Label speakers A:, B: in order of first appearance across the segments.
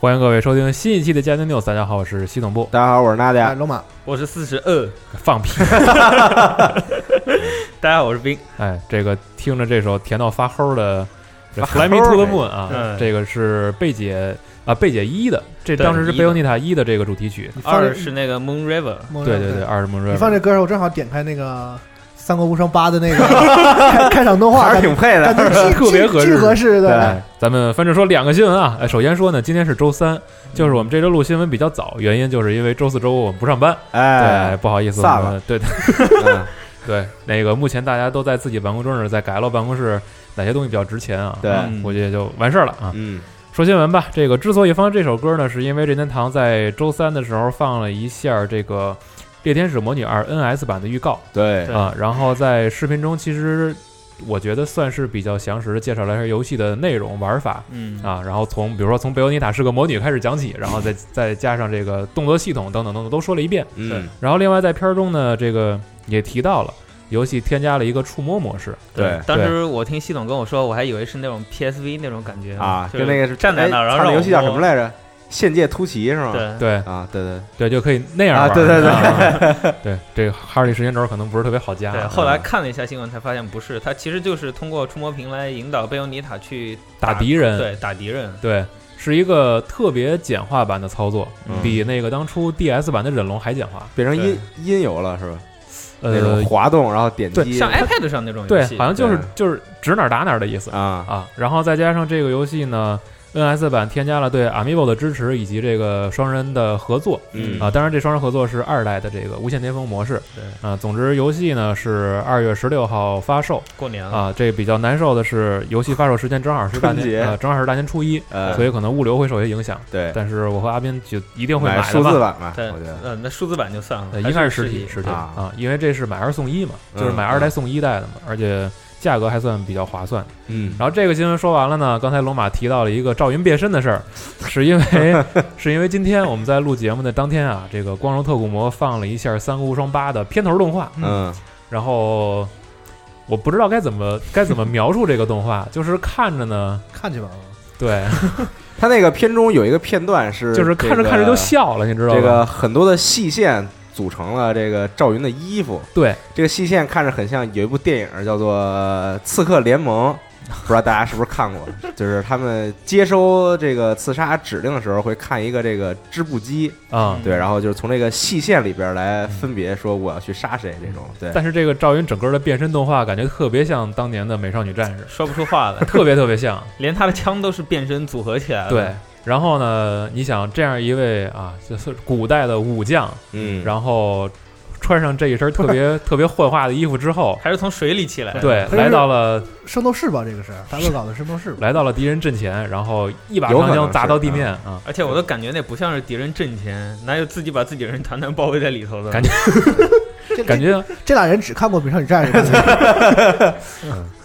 A: 欢迎各位收听新一期的《加丢 News》，大家好，我是西总部。
B: 大家好，我是娜
C: 哎，
B: 姐。
C: 罗马，
D: 我是四十二，
A: 放屁！
D: 大家好，我是冰。
A: 哎，这个听着这首甜到发齁的《
B: 发齁
A: Fly Me to the Moon》啊，
D: 嗯
A: 这个是贝姐啊，贝姐一的，这
D: 对
A: 当时是
D: 一
A: 贝
D: 的
A: 欧妮塔一的这个主题曲。
C: 你放
D: 二
C: 这
D: 是那个 Moon River，
C: 莫
A: 对
C: 瑞
A: 对
C: 克
A: 对，二十梦
C: 你放
A: River。
C: 这歌的时候，我正好点开那个《三国无双八》的那个 开开场动画，
B: 还是
C: 感觉
B: 挺配
C: 感
B: 的，
C: 觉巨
A: 特别
C: 巨
A: 合适
C: 巨合适的。
A: 哎，咱们反正说两个新闻啊。哎，首先说呢，今天是周三，就是我们这周录新闻比较早，原因就是因为周四周五我们不上班。
B: 哎
A: 对，，不好意思，
B: 散
A: 我
B: 了
A: 们对 对
B: 嗯
A: 对，那个目前大家都在自己办公桌上在改了办公室哪些东西比较值钱啊？
B: 对
A: 嗯估计也就完事儿了啊。
B: 嗯，
A: 说新闻吧，这个之所以放这首歌呢，是因为任天堂在周三的时候放了一下这个《猎天使魔女二》NS 版的预告
B: 对，
D: 对
A: 啊，然后在视频中其实我觉得算是比较详实的介绍了一下游戏的内容、玩法
D: 嗯，
A: 啊，然后从比如说从贝欧妮塔是个魔女开始讲起，然后再再加上这个动作系统等等等等都说了一遍，
B: 嗯，
A: 然后另外在片儿中呢，这个也提到了游戏添加了一个触摸模式，
B: 对
D: 当时我听系统跟我说，我还以为是那种 PSV 那种感觉
B: 啊，
D: 就是
B: 跟那个是
D: 站在那儿，
B: 哎
D: 然后
B: 操那
D: 让
B: 游戏叫什么
D: 我
B: 来着？限界突袭是吗？
D: 摸？对，
A: 对
B: 啊，对对，
A: 对，就可以那样
B: 啊
A: 玩儿
B: 对对对
A: 啊 对，这个哈利时间轴可能不是特别好加，
B: 啊
A: 啊
D: 对，后来看了一下新闻，才发现不是，它其实就是通过触摸屏来引导贝欧尼塔去
A: 打敌人，
D: 对，打敌人。
A: 对是一个特别简化版的操作，
B: 嗯
A: 比那个当初 DS 版的忍龙还简化。
B: 变成音音游了是吧？那
A: 呃
B: 种，滑动，然后点
A: 对
B: 击，
D: 像 iPad 上那种游
A: 对，
D: 戏，
A: 好像就是
B: 对
A: 就是指哪儿打哪儿的意思
B: 啊，
A: 啊。然后再加上这个游戏呢，NS 版添加了对 Amiibo 的支持以及这个双人的合作。
B: 嗯
A: 啊，当然这双人合作是二代的这个无限巅峰模式。
D: 对
A: 啊，总之游戏呢是二月十六号发售
D: 过年了，
A: 啊。这比较难受的是，游戏发售时间正好是大
B: 春节
A: 年呃，正好是大年初一，
B: 呃，
A: 所以可能物流会受一些影响。
B: 对，
A: 但是我和阿斌就一定会
B: 买
A: 的
B: 数字
A: 嘛。
B: 版吧，
D: 对
B: 我觉得，
D: 呃，那数字版就算了，
A: 呃，
D: 还
A: 应该是
D: 实，
A: 实体实体
B: 啊
A: 啊，因为这是买二送一嘛，
B: 嗯
A: 就是买二代送一代的嘛，而且价格还算比较划算。
B: 嗯，
A: 然后这个新闻说完了呢，刚才龙马提到了一个赵云变身的事 儿，是因为是因为今天我们在录节目的当天啊，这个光荣特库摩放了一下《三国无双八》的片头动画，
B: 嗯，
A: 然后我不知道该怎么该怎么描述这个动 画，就是看着呢，
C: 看去吧，
A: 对，
B: 它那个片中有一个片段是，
A: 就是看着看着就，笑了，你知道吧？
B: 这个很多的细线组成了这个赵云的衣服，
A: 对，
B: 这个细线看着很像有一部电影叫做呃《刺客联盟》，不知道大家是不是看过？ 就是他们接收这个刺杀指令的时候，会看一个这个织布机，
A: 啊、
B: 对，然后就是从这个细线里边来分别说我要去杀谁这种，对，
A: 但是这个赵云整个的变身动画感觉特别像当年的美少女战 士
D: 说不出话来，
A: 特别特别像。
D: 连他的枪都是变身组合起来的。
A: 对，然后呢，你想这样一位啊，就是古代的武将，
B: 嗯，
A: 然后穿上这一身特 别特别幻化的衣服之后，
D: 还是从水里起来的。
A: 对，
C: 哎可是
A: 来到了
C: 圣斗士吧，这个是大恶搞的圣斗士吧。
A: 来到了敌人阵前，然后一把
B: 有可
A: 长
B: 能
A: 枪砸到
B: 是
A: 地面
C: 嗯
A: 啊，
D: 而且我都感觉那不像是敌人阵前，哪有自己把自己人团团包围在里头的？
A: 感
D: 觉
C: 这
A: 感
C: 这
A: 觉
C: 这俩人只看过《美少女战士》，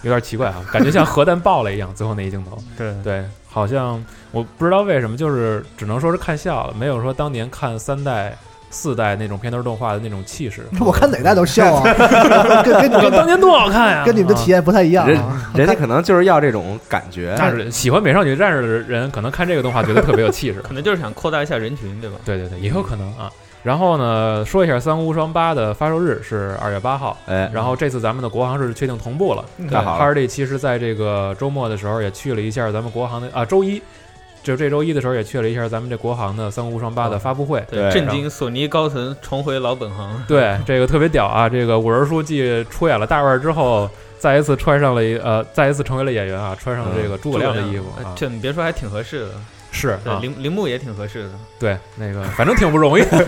A: 有点奇怪 啊，感觉像核弹爆了一样，最后那一镜头。
D: 对
A: 对，好像我不知道为什么，就是只能说是看笑了，没有说当年看三代、四代那种片头动画的那种气势。
C: 我看哪代都笑啊， 跟跟你
A: 我 当
C: 们
A: 年多好看呀！
C: 跟你们的体验不太一样
B: 人
C: 啊。
B: 人家可能就是要这种感觉，
A: 但是喜欢美少女战士的人，可能看这个动画觉得特别有气势。
D: 可能就是想扩大一下人群，对吧？
A: 对对对，也有可能啊。然后呢，说一下《三国无双八》的发售日是二月八号。
B: 哎，
A: 然后这次咱们的国行是确定同步嗯了。
C: 嗯
B: 太好了
A: 哈利其实在这个周末的时候也去了一下咱们国行的啊，周一，就这周一的时候也去了一下咱们这国行的《三国无双八》的发布会。
B: 对
D: 震惊索尼高层重回老本行，
A: 对，这个特别屌啊！这个五人书记出演了大腕之后，再一嗯次穿上了一呃，再一次成为了演员啊，穿上了这个诸葛亮的衣服
D: 呃
A: 啊。
D: 这你别说还挺合适的，
A: 是
D: 对，
A: 啊，
D: 铃铃木也挺合适的。
A: 对，那个反正挺不容易的。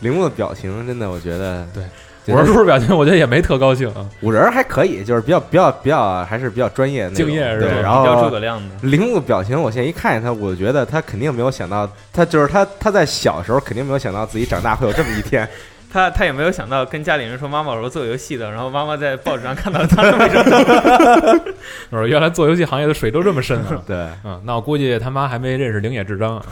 B: 铃木的表情真的，我觉得
A: 对，
B: 觉
A: 我
B: 得
A: 是叔表情，我觉得也没特高兴啊。
B: 五人还可以，就是比较比较比较还是比较专业的那种
A: 敬业是吧
B: 对，嗯然
D: 比较诸
B: 后
D: 葛亮的，
B: 铃木的表情，我现在一看见他，我觉得他肯定没有想到，他就是他他在小时候肯定没有想到自己长大会有这么一天。。
D: 他他也没有想到跟家里人说妈妈我是做游戏的，然后妈妈在报纸上看到他那 么一种，
A: 我说原来做游戏行业的水都这么深啊
B: 对，
A: 嗯，那我估计他妈还没认识铃野智章啊。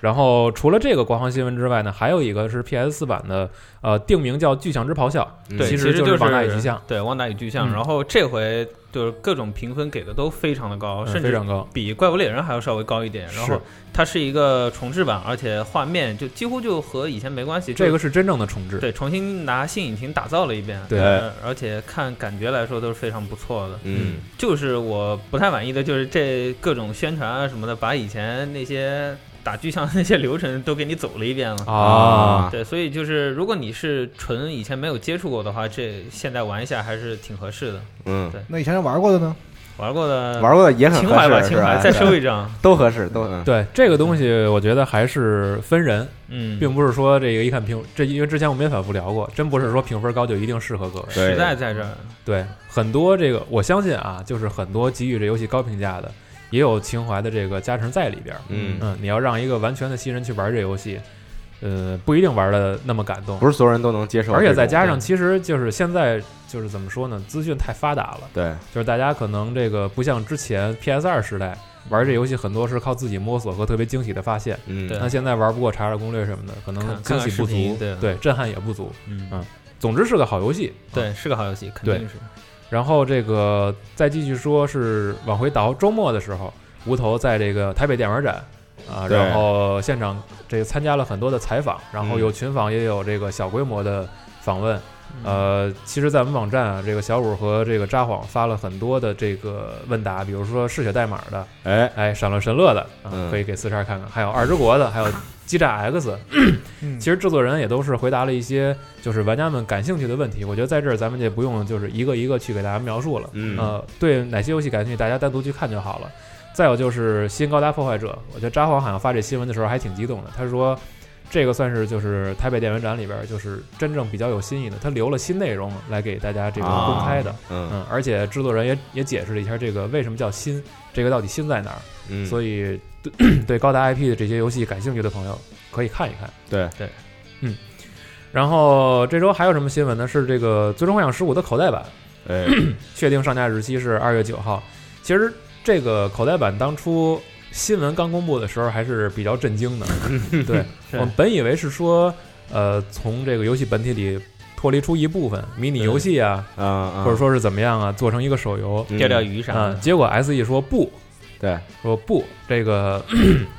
A: 然后除了这个官方新闻之外呢，还有一个是 PS 四版的，呃，定名叫《巨响之咆哮》，
B: 嗯
D: 对，
A: 其
D: 其
A: 实
D: 实
A: 就是
D: 是
A: 王大与巨像
D: 对，汪大与巨像。
A: 嗯
D: 然后这回就是各种评分给的都非常的高，
A: 嗯
D: 甚
A: 非
D: 至
A: 常高。
D: 比怪物猎人还要稍微高一点。然
A: 是
D: 后它是一个重置版，而且画面就几乎就和以前没关系。
A: 这
D: 就
A: 个是真正的重置，
D: 对，重新拿新引擎打造了一遍。
A: 对
D: 呃而且看感觉来说都是非常不错的。
B: 嗯，
D: 就是我不太满意的就是这各种宣传啊什么的，把以前那些打巨像的那些流程都给你走了一遍了。
A: 啊，
D: 对，所以就是如果你是纯以前没有接触过的话，这现在玩一下还是挺合适的。
B: 嗯，
C: 那以前人玩过的呢？
D: 玩过的
B: 玩过的也很
D: 嗯情
B: 合
D: 怀吧，
B: 适，
D: 情
B: 是吧
D: 怀，？再 收一张。
B: 都合适，都嗯
A: 对这个东西，我觉得还是分人，
D: 嗯，
A: 并不是说这个一看评这，因为之前我们也反复聊过，真不是说评分高就一定适合各位。
B: 对
D: 时代在这儿。
A: 对，很多这个我相信啊，就是很多给予这游戏高评价的，也有情怀的这个加成在里边儿。
B: 嗯，
A: 嗯，你要让一个完全的新人去玩这游戏，呃，不一定玩的那么感动。
B: 不是所有人都能接受这
A: 而
B: 种，
A: 且再加上，其实就是现在就是怎么说呢，资讯太发达了，
B: 对
A: 就是大家可能这个不像之前 PS 二时代玩这游戏，很多是靠自己摸索和特别惊喜的发现。
B: 嗯
D: 对
A: 那现在玩不过查查攻略什么的，可能
D: 看
A: 惊
D: 看
A: 喜
D: 看
A: 不
D: 视频
A: 足，
D: 对
A: 对，震撼也不足。
D: 嗯
A: 嗯总之是个好游戏，
D: 对，是个好游戏，肯
A: 对
D: 定是。
A: 然后这个再继续说是往回倒，周末的时候，无头在这个台北电玩展啊，
B: 对
A: 然后现场这个参加了很多的采访，然后
B: 嗯
A: 有群访，也有这个小规模的访问。
D: 嗯
A: 呃，其实，在我们网站啊，这个小五和这个扎晃发了很多的这个问答，比如说嗜血代码的，
B: 哎，
A: 哎，闪乱神乐的啊，
B: 嗯
A: 可以给四十二看看，还有二之国的，还有激战 X，
C: 嗯，
A: 其实制作人也都是回答了一些就是玩家们感兴趣的问题，我觉得在这儿咱们也不用就是一个一个去给大家描述了。
B: 嗯
A: 呃，对哪些游戏感兴趣，大家单独去看就好了。再有就是新高达破坏者，我觉得扎黄好像发这新闻的时候还挺激动的，他说这个算是就是台北电玩展里边就是真正比较有新意的，他留了新内容来给大家这个公开的。
B: 嗯
A: 嗯，而且制作人也也解释了一下这个为什么叫新，这个到底新在哪儿。
B: 嗯，以
A: 所以对 对高达 IP 的这些游戏感兴趣的朋友可以看一看。
B: 对
D: 对，
A: 嗯。然后这周还有什么新闻呢？是这个《最终幻想十五》的口袋版
B: 哎，
A: 确定上架日期是二月九号。其实这个口袋版当初新闻刚公布的时候还是比较震 惊的，对我们本以为是说呃从这个游戏本体里脱离出一部分迷你游戏啊，
B: 啊啊，
A: 或者说是怎么样啊，做成一个手游
B: 嗯
D: 钓钓鱼啥
A: 啊
D: 的。。
A: 结果 S E 说不，
B: 对，
A: 说不，这 个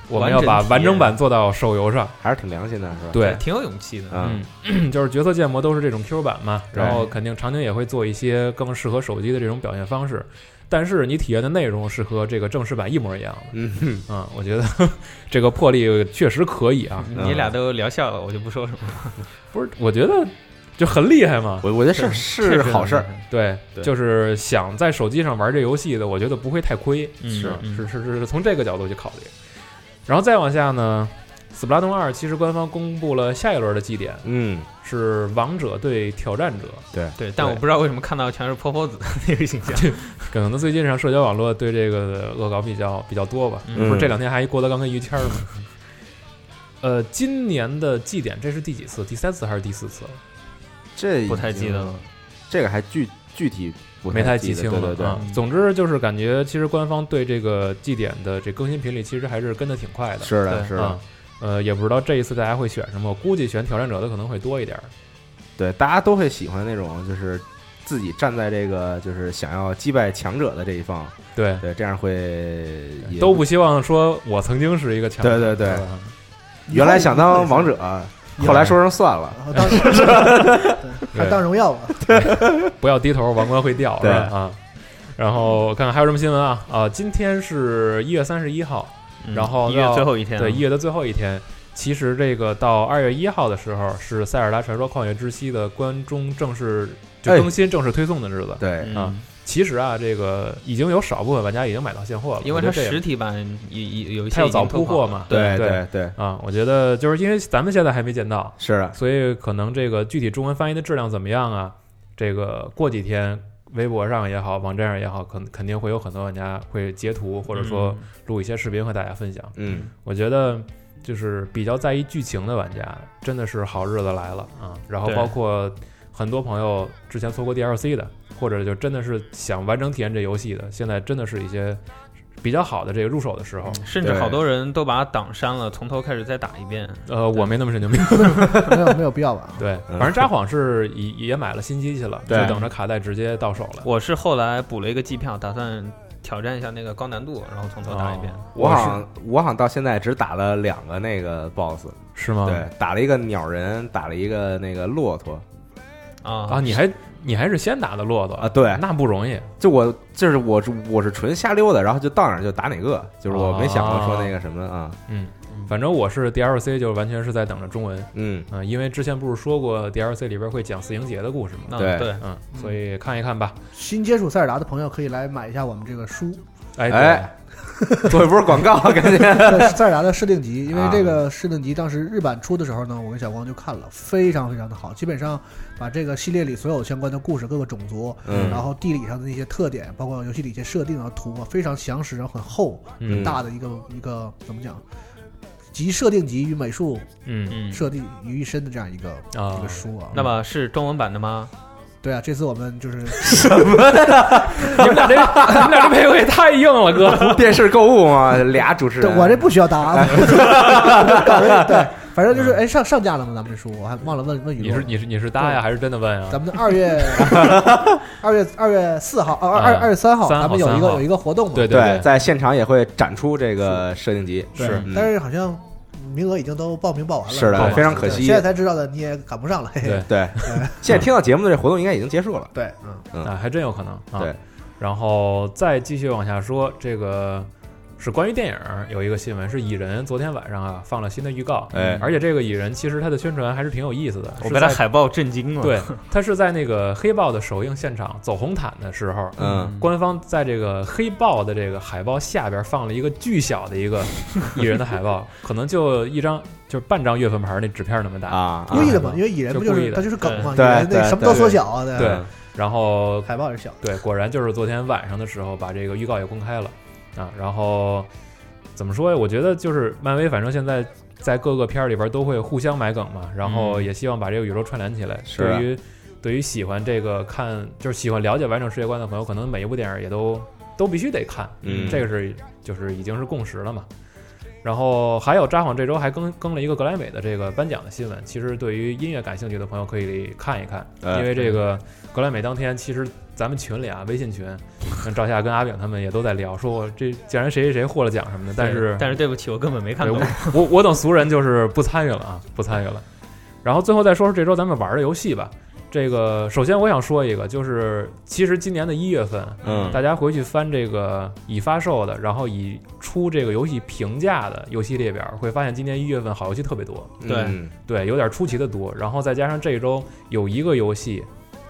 A: 我们要把完整版做到手游上。
B: 还是挺良心的，是吧？
A: 对，
D: 挺有勇气的。
B: 啊，
A: 嗯， 就是角色建模都是这种 Q 版嘛，
B: 对
A: 然后肯定场景也会做一些更适合手机的这种表现方式，但是你体验的内容是和这个正式版一模一样的。
B: 嗯 哼，
A: 嗯，我觉得 这个魄力确实可以啊，
D: 你俩都聊笑了，我就不说什么。
A: 不是？我觉得就很厉害嘛。
B: 我我觉得是是好事儿，
A: 对，
B: 对
A: 就是想在手机上玩这游戏的，我觉得不会太亏。
D: 嗯
A: 是
D: 嗯
A: 是是是，从这个角度去考虑。然后再往下呢，《斯普拉遁二》其实官方公布了下一轮的祭点
B: 嗯，
A: 是王者对挑战者，
D: 对，但我
A: 对
D: 不知道为什么看到全是泼泼子 那个形象。
A: 可能最近上社交网络对这个恶搞比较比较多吧。
D: 嗯
A: 不是这两天还一郭德纲跟于谦 儿吗？呃，今年的祭点这是第几次？第三次还是第四次？
B: 这已
D: 不太记
B: 经
D: 得了，
B: 这个还具具体不
A: 没太
B: 记
A: 记
B: 得
A: 清了。
B: 对对对，
A: 啊总之就是感觉，其实官方对这个祭点的这更新频率其实还是跟的挺快的。
B: 是的，
D: 对
B: 是
A: 啊
B: 的，，
A: 呃，也不知道这一次大家会选什么，我估计选挑战者的可能会多一点儿。
B: 对，大家都会喜欢那种就是。自己站在这个就是想要击败强者的这一方，
A: 对，
B: 对，这样会也
A: 都不希望说我曾经是一个强者。
B: 对对对
A: 吧，
B: 原来想当王者，
C: 以后
B: 后来说成算了，
C: 啊，当 对，还当荣耀吧，
A: 不要低头，王冠会掉，是
B: 对
A: 吧？啊。然后看看还有什么新闻啊？啊，今天是一月三十一号，
D: 嗯
A: 然后
D: 一月
A: 到
D: 最后一天，
B: 啊
D: 啊
A: 对，一，月的最后一天。其实这个到二月一号的时候是《塞尔达传说：旷野之息》的关中正式就
B: 哎
A: 更新正式推送的日子。
B: 对，
A: 啊
D: 嗯，
A: 其实啊，这个已经有少部分玩家已经买到现货了，
D: 因为
A: 我觉
D: 它
A: 得这也
D: 实体版有有有一些
A: 它要
D: 已经
A: 早铺
D: 拓
A: 货
D: 宽
A: 嘛
D: 了，
B: 对
A: 对
B: 对对，
A: 啊，我觉得就是因为咱们现在还没见到，
B: 是的，
A: 所以可能这个具体中文翻译的质量怎么样啊？这个过几天微博上也好，网站上也好，肯肯定会有很多玩家会截图，或者说
D: 嗯
A: 录一些视频和大家分享。
B: 嗯，
A: 我觉得就是比较在意剧情的玩家，真的是好日子来了啊！然后
D: 对
A: 包括很多朋友之前错过 DLC 的，或者就真的是想完整体验这游戏的，现在真的是一些比较好的这个入手的时候。
D: 甚至
B: 对
D: 好多人都把档删了，从头开始再打一遍。
A: 呃，我没那么神经病。
C: 没有没有必要玩啊。
A: 对，
B: 嗯
A: 反正札幌是也也买了新机器了，就
B: 对
A: 等着卡带直接到手了。
D: 我是后来补了一个机票，打算挑战一下那个高难度，然后从头打一遍。
A: 哦
B: 我
A: 是
B: 好像我好像到现在只打了两个那个 boss，
A: 是吗？
B: 对，打了一个鸟人，打了一个那个骆驼
A: 啊，
D: 啊，
A: 你还你还是先打的骆驼
B: 啊，，对，
A: 那不容易。
B: 就我就是我是我是纯瞎溜达，然后就到哪儿就打哪个，就是我没想过说那个什么啊，
A: 嗯，反正我是 DLC 就完全是在等着中文。
B: 嗯，
A: 嗯，因为之前不是说过 DLC 里边会讲四行节的故事吗？
D: 那
B: 对
D: 对，
A: 嗯，所以看一看吧。
C: 新接触塞尔达的朋友可以来买一下我们这个书，
A: 哎，
B: 哎做一波广告，感觉
C: 对塞尔达的设定集，因为
B: 啊
C: 这个设定集当时日版出的时候呢，我跟小光就看了，非常非常的好，基本上把这个系列里所有相关的故事、各个种族，
B: 嗯
C: 然后地理上的那些特点，包括游戏里一些设定啊、图啊，非常详实，然后很厚、
A: 嗯
C: 很大的一个一个怎么讲，集设定集与美术
A: 对，嗯
D: 嗯，
C: 设定于一身的这样一个、
A: 啊
C: 一个书啊。
D: 那么是中文版的吗？
C: 对啊，这次我们就是
A: 你们俩这你们俩这配合也太硬了，哥。
B: 电视购物嘛，俩主持
C: 对
B: 人，
C: 我这不需要答案， 搞得对，反正就是哎上上架了吗？咱们这书我还忘了问问雨
A: 你
C: 露
A: 是。你是你是搭呀，还是真的问啊？
C: 咱们的二月二月二月四号，呃二
A: 啊
C: 二月三号，
A: 三号
C: 咱们有一
A: 三
C: 个
A: 号
C: 有一个活动嘛？
A: 对
B: 对，
A: 对，
B: 在现场也会展出这个设定集，嗯
C: 对
A: 是
C: 但是好像名额已经都报名报完了，
B: 是
A: 报
B: 的，
A: 完
B: 非常
C: 对
B: 可惜
C: 现，在才知道的你也赶不上了。嘿嘿
A: 对
B: 对，现在听到节目的这活动应该已经结束了，
C: 对，嗯，
A: 啊，还真有可能啊。
B: 对，
A: 然后再继续往下说，这个是关于电影有一个新闻，是蚁人昨天晚上啊放了新的预告，
B: 哎
A: 而且这个蚁人其实它的宣传还是挺有意思的，
D: 我
A: 是
D: 被它
A: 在
D: 海报震惊了。
A: 对，它是在那个黑豹的首映现场走红毯的时候，
B: 嗯，
A: 官方在这个黑豹的这个海报下边放了一个巨小的一个 蚁人的海报，可能就一张就是半张月份牌那纸片那么大。
B: 啊，
C: 故意的嘛
A: 啊，
C: 因为蚁人不就
A: 就故意
C: 是
A: 的
C: 他就是梗嘛，蚁
B: 对
C: 人那
B: 对
C: 什么都缩小啊，对
A: 对，然后
C: 海报也是小，
A: 对，果然就是昨天晚上的时候把这个预告也公开了啊。然后怎么说呀？我觉得就是漫威，反正现在在各个片儿里边都会互相埋梗嘛，然后
D: 嗯
A: 也希望把这个宇宙串联起来。
B: 是啊
A: 对于对于喜欢这个看就是喜欢了解完整世界观的朋友，可能每一部电影也都都必须得看，
B: 嗯
A: 这个是就是已经是共识了嘛。然后还有札幌这周还更更了一个格莱美的这个颁奖的新闻，其实对于音乐感兴趣的朋友可以看一看，
B: 哎
A: 因为这个格莱美当天，其实咱们群里啊，微信群， 跟赵夏跟阿炳他们也都在聊，说我这既然谁谁谁获了奖什么的，但是
D: 但是对不起，我根本没看
A: 对
D: 懂。
A: 我我等俗人就是不参与了啊，不参与了。然后最后再说说这周咱们玩的游戏吧。这个首先我想说一个，就是其实今年的一月份，
B: 嗯
A: 大家回去翻这个已发售的，然后已出这个游戏评价的游戏列表，会发现今年一月份好游戏特别多，
D: 对
B: 嗯
A: 对，有点出奇的多。然后再加上这一周有一个游戏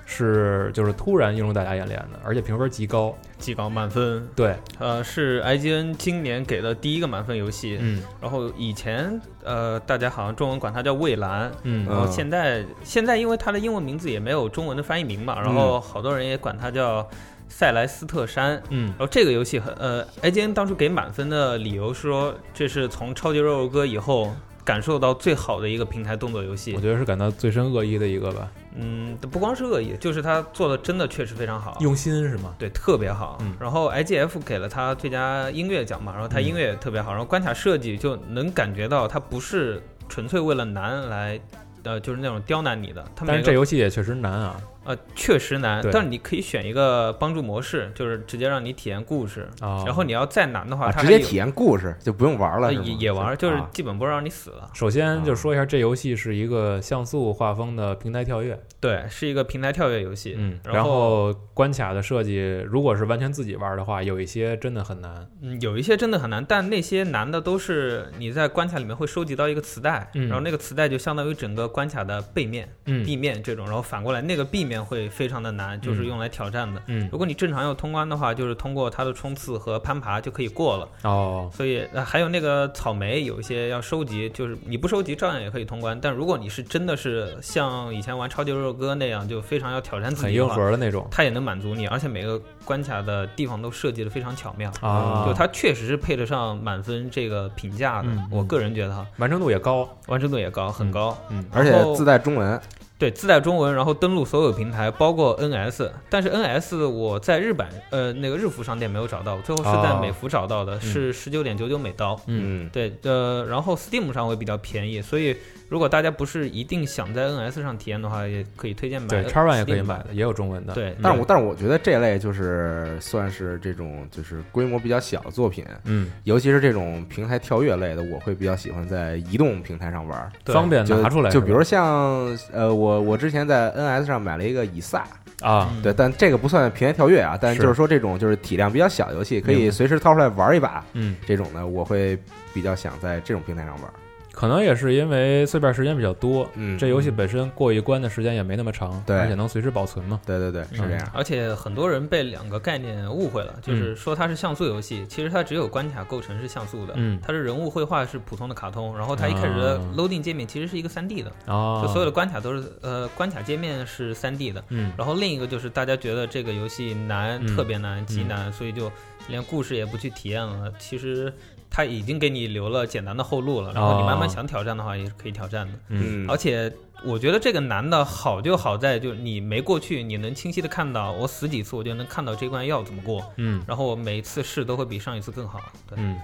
A: 是就是突然映入大家眼帘的，而且评分极高。
D: 极高满分，
A: 对，
D: 呃，是 IGN 今年给的第一个满分游戏。
A: 嗯
D: 然后以前呃，大家好像中文管它叫蔚蓝。然
A: 嗯
D: 后现在现在因为它的英文名字也没有中文的翻译名嘛，然后好多人也管它叫塞莱斯特山。
A: 嗯
D: 然后这个游戏很呃，IGN 当初给满分的理由说这是从超级肉肉哥以后。感受到最好的一个平台动作游戏
A: 我，觉得是感到最深恶意的一个吧，
D: 嗯，不光是恶意，就是它做的真的确实非常好，
A: 用心是吗？
D: 对，特别好。
A: 嗯
D: 然后 IGF 给了他最佳音乐奖嘛，然后
B: 嗯
D: 他音乐也特别好，然后关卡设计就能感觉到他不是纯粹为了难来，呃，就是那种刁难你的。他
A: 但
D: 每
A: 是这
D: 个
A: 游戏也确实难啊
D: 呃确实难
A: 对，
D: 但是你可以选一个帮助模式，就是直接让你体验故事。
A: 啊！
D: 然后你要再难的
B: 哦
D: 话，
B: 啊，
D: 它
B: 直
D: 还
B: 接
D: 有
B: 体验故事就不用玩了，
D: 呃
B: 是吗
D: 也也玩，就是
B: 啊
D: 基本不让你死了。
A: 首先就说一下，这游戏是一个像素画风的平台跳跃，
D: 对，是一个平台跳跃游戏。
A: 嗯，
D: 然
A: 然后关卡的设计，如果是完全自己玩的话，有一些真的很难。
D: 嗯，有一些真的很难，但那些难的都是你在关卡里面会收集到一个磁带，
A: 嗯
D: 然后那个磁带就相当于整个关卡的背面、
A: 嗯
D: 地面这种，然后反过来那个壁面会非常的难，就是用来挑战的。
A: 嗯
D: 如果你正常要通关的话，就是通过它的冲刺和攀爬就可以过了。
A: 哦，
D: 所以、呃、还有那个草莓，有一些要收集，就是你不收集照样也可以通关。但如果你是真的是像以前玩超级肉哥那样，就非常要挑战自
A: 很
D: 己的
A: 硬
D: 话，
A: 核的那种
D: 它也能满足你。而且每个关卡的地方都设计的非常巧妙，
A: 啊，
D: 就它确实是配得上满分这个评价的。
A: 嗯嗯
D: 我个人觉得哈，
A: 完成度也高，
D: 完成度也高，很高。
A: 嗯
B: 而且自带中文，
D: 对，自带中文，然后登录所有平台，包括 NS。但是 NS 我在日版呃那个日服商店没有找到，我最后是在
A: 哦
D: 美服找到的，是十九点九九美刀。
A: 嗯，
D: 对，呃，然后 Steam 上会比较便宜，所以如果大家不是一定想在 NS 上体验的话，也可以推荐买。
A: 对，叉 One 也可以
D: Steam
A: 买的，也有中文的，
D: 对
A: 嗯
B: 但是我但是我觉得这类就是算是这种就是规模比较小的作品，
A: 嗯
B: 尤其是这种平台跳跃类的，我会比较喜欢在移动平台上玩儿。
D: 对
A: 方便
B: 就
A: 拿出来是吧，
B: 就比如像呃，我我之前在 NS 上买了一个以撒，
D: 嗯
A: 啊，
B: 对，但这个不算平台跳跃啊，但
A: 是
B: 就是说这种就是体量比较小的游戏，可
A: 明
B: 以
A: 白
B: 随时掏出来玩一把，
A: 嗯，
B: 这种呢，我会比较想在这种平台上玩。
A: 可能也是因为碎片时间比较多，
B: 嗯，
A: 这游戏本身过一关的时间也没那么长，
B: 对
A: 而且能随时保存嘛，
B: 对对对是这样，
D: 嗯而且很多人被两个概念误会了，
A: 嗯
D: 就是说它是像素游戏，其实它只有关卡构成是像素的，
A: 嗯
D: 它是人物绘画是普通的卡通，然后它一开始的
A: 啊
D: loading 界面其实是一个3 D 的，
A: 啊，
D: 就所有的关卡都是呃关卡界面是3 D 的。
A: 嗯
D: 然后另一个就是大家觉得这个游戏难，
A: 嗯
D: 特别难，极难，所以就连故事也不去体验了。其实它已经给你留了简单的后路了，然后你慢慢想挑战的话也是可以挑战的。
A: 啊嗯
D: 而且我觉得这个难的好就好在，就是你没过去，你能清晰的看到，我死几次我就能看到这关要怎么过，
A: 嗯
D: 然后我每一次试都会比上一次更好。对，
A: 嗯，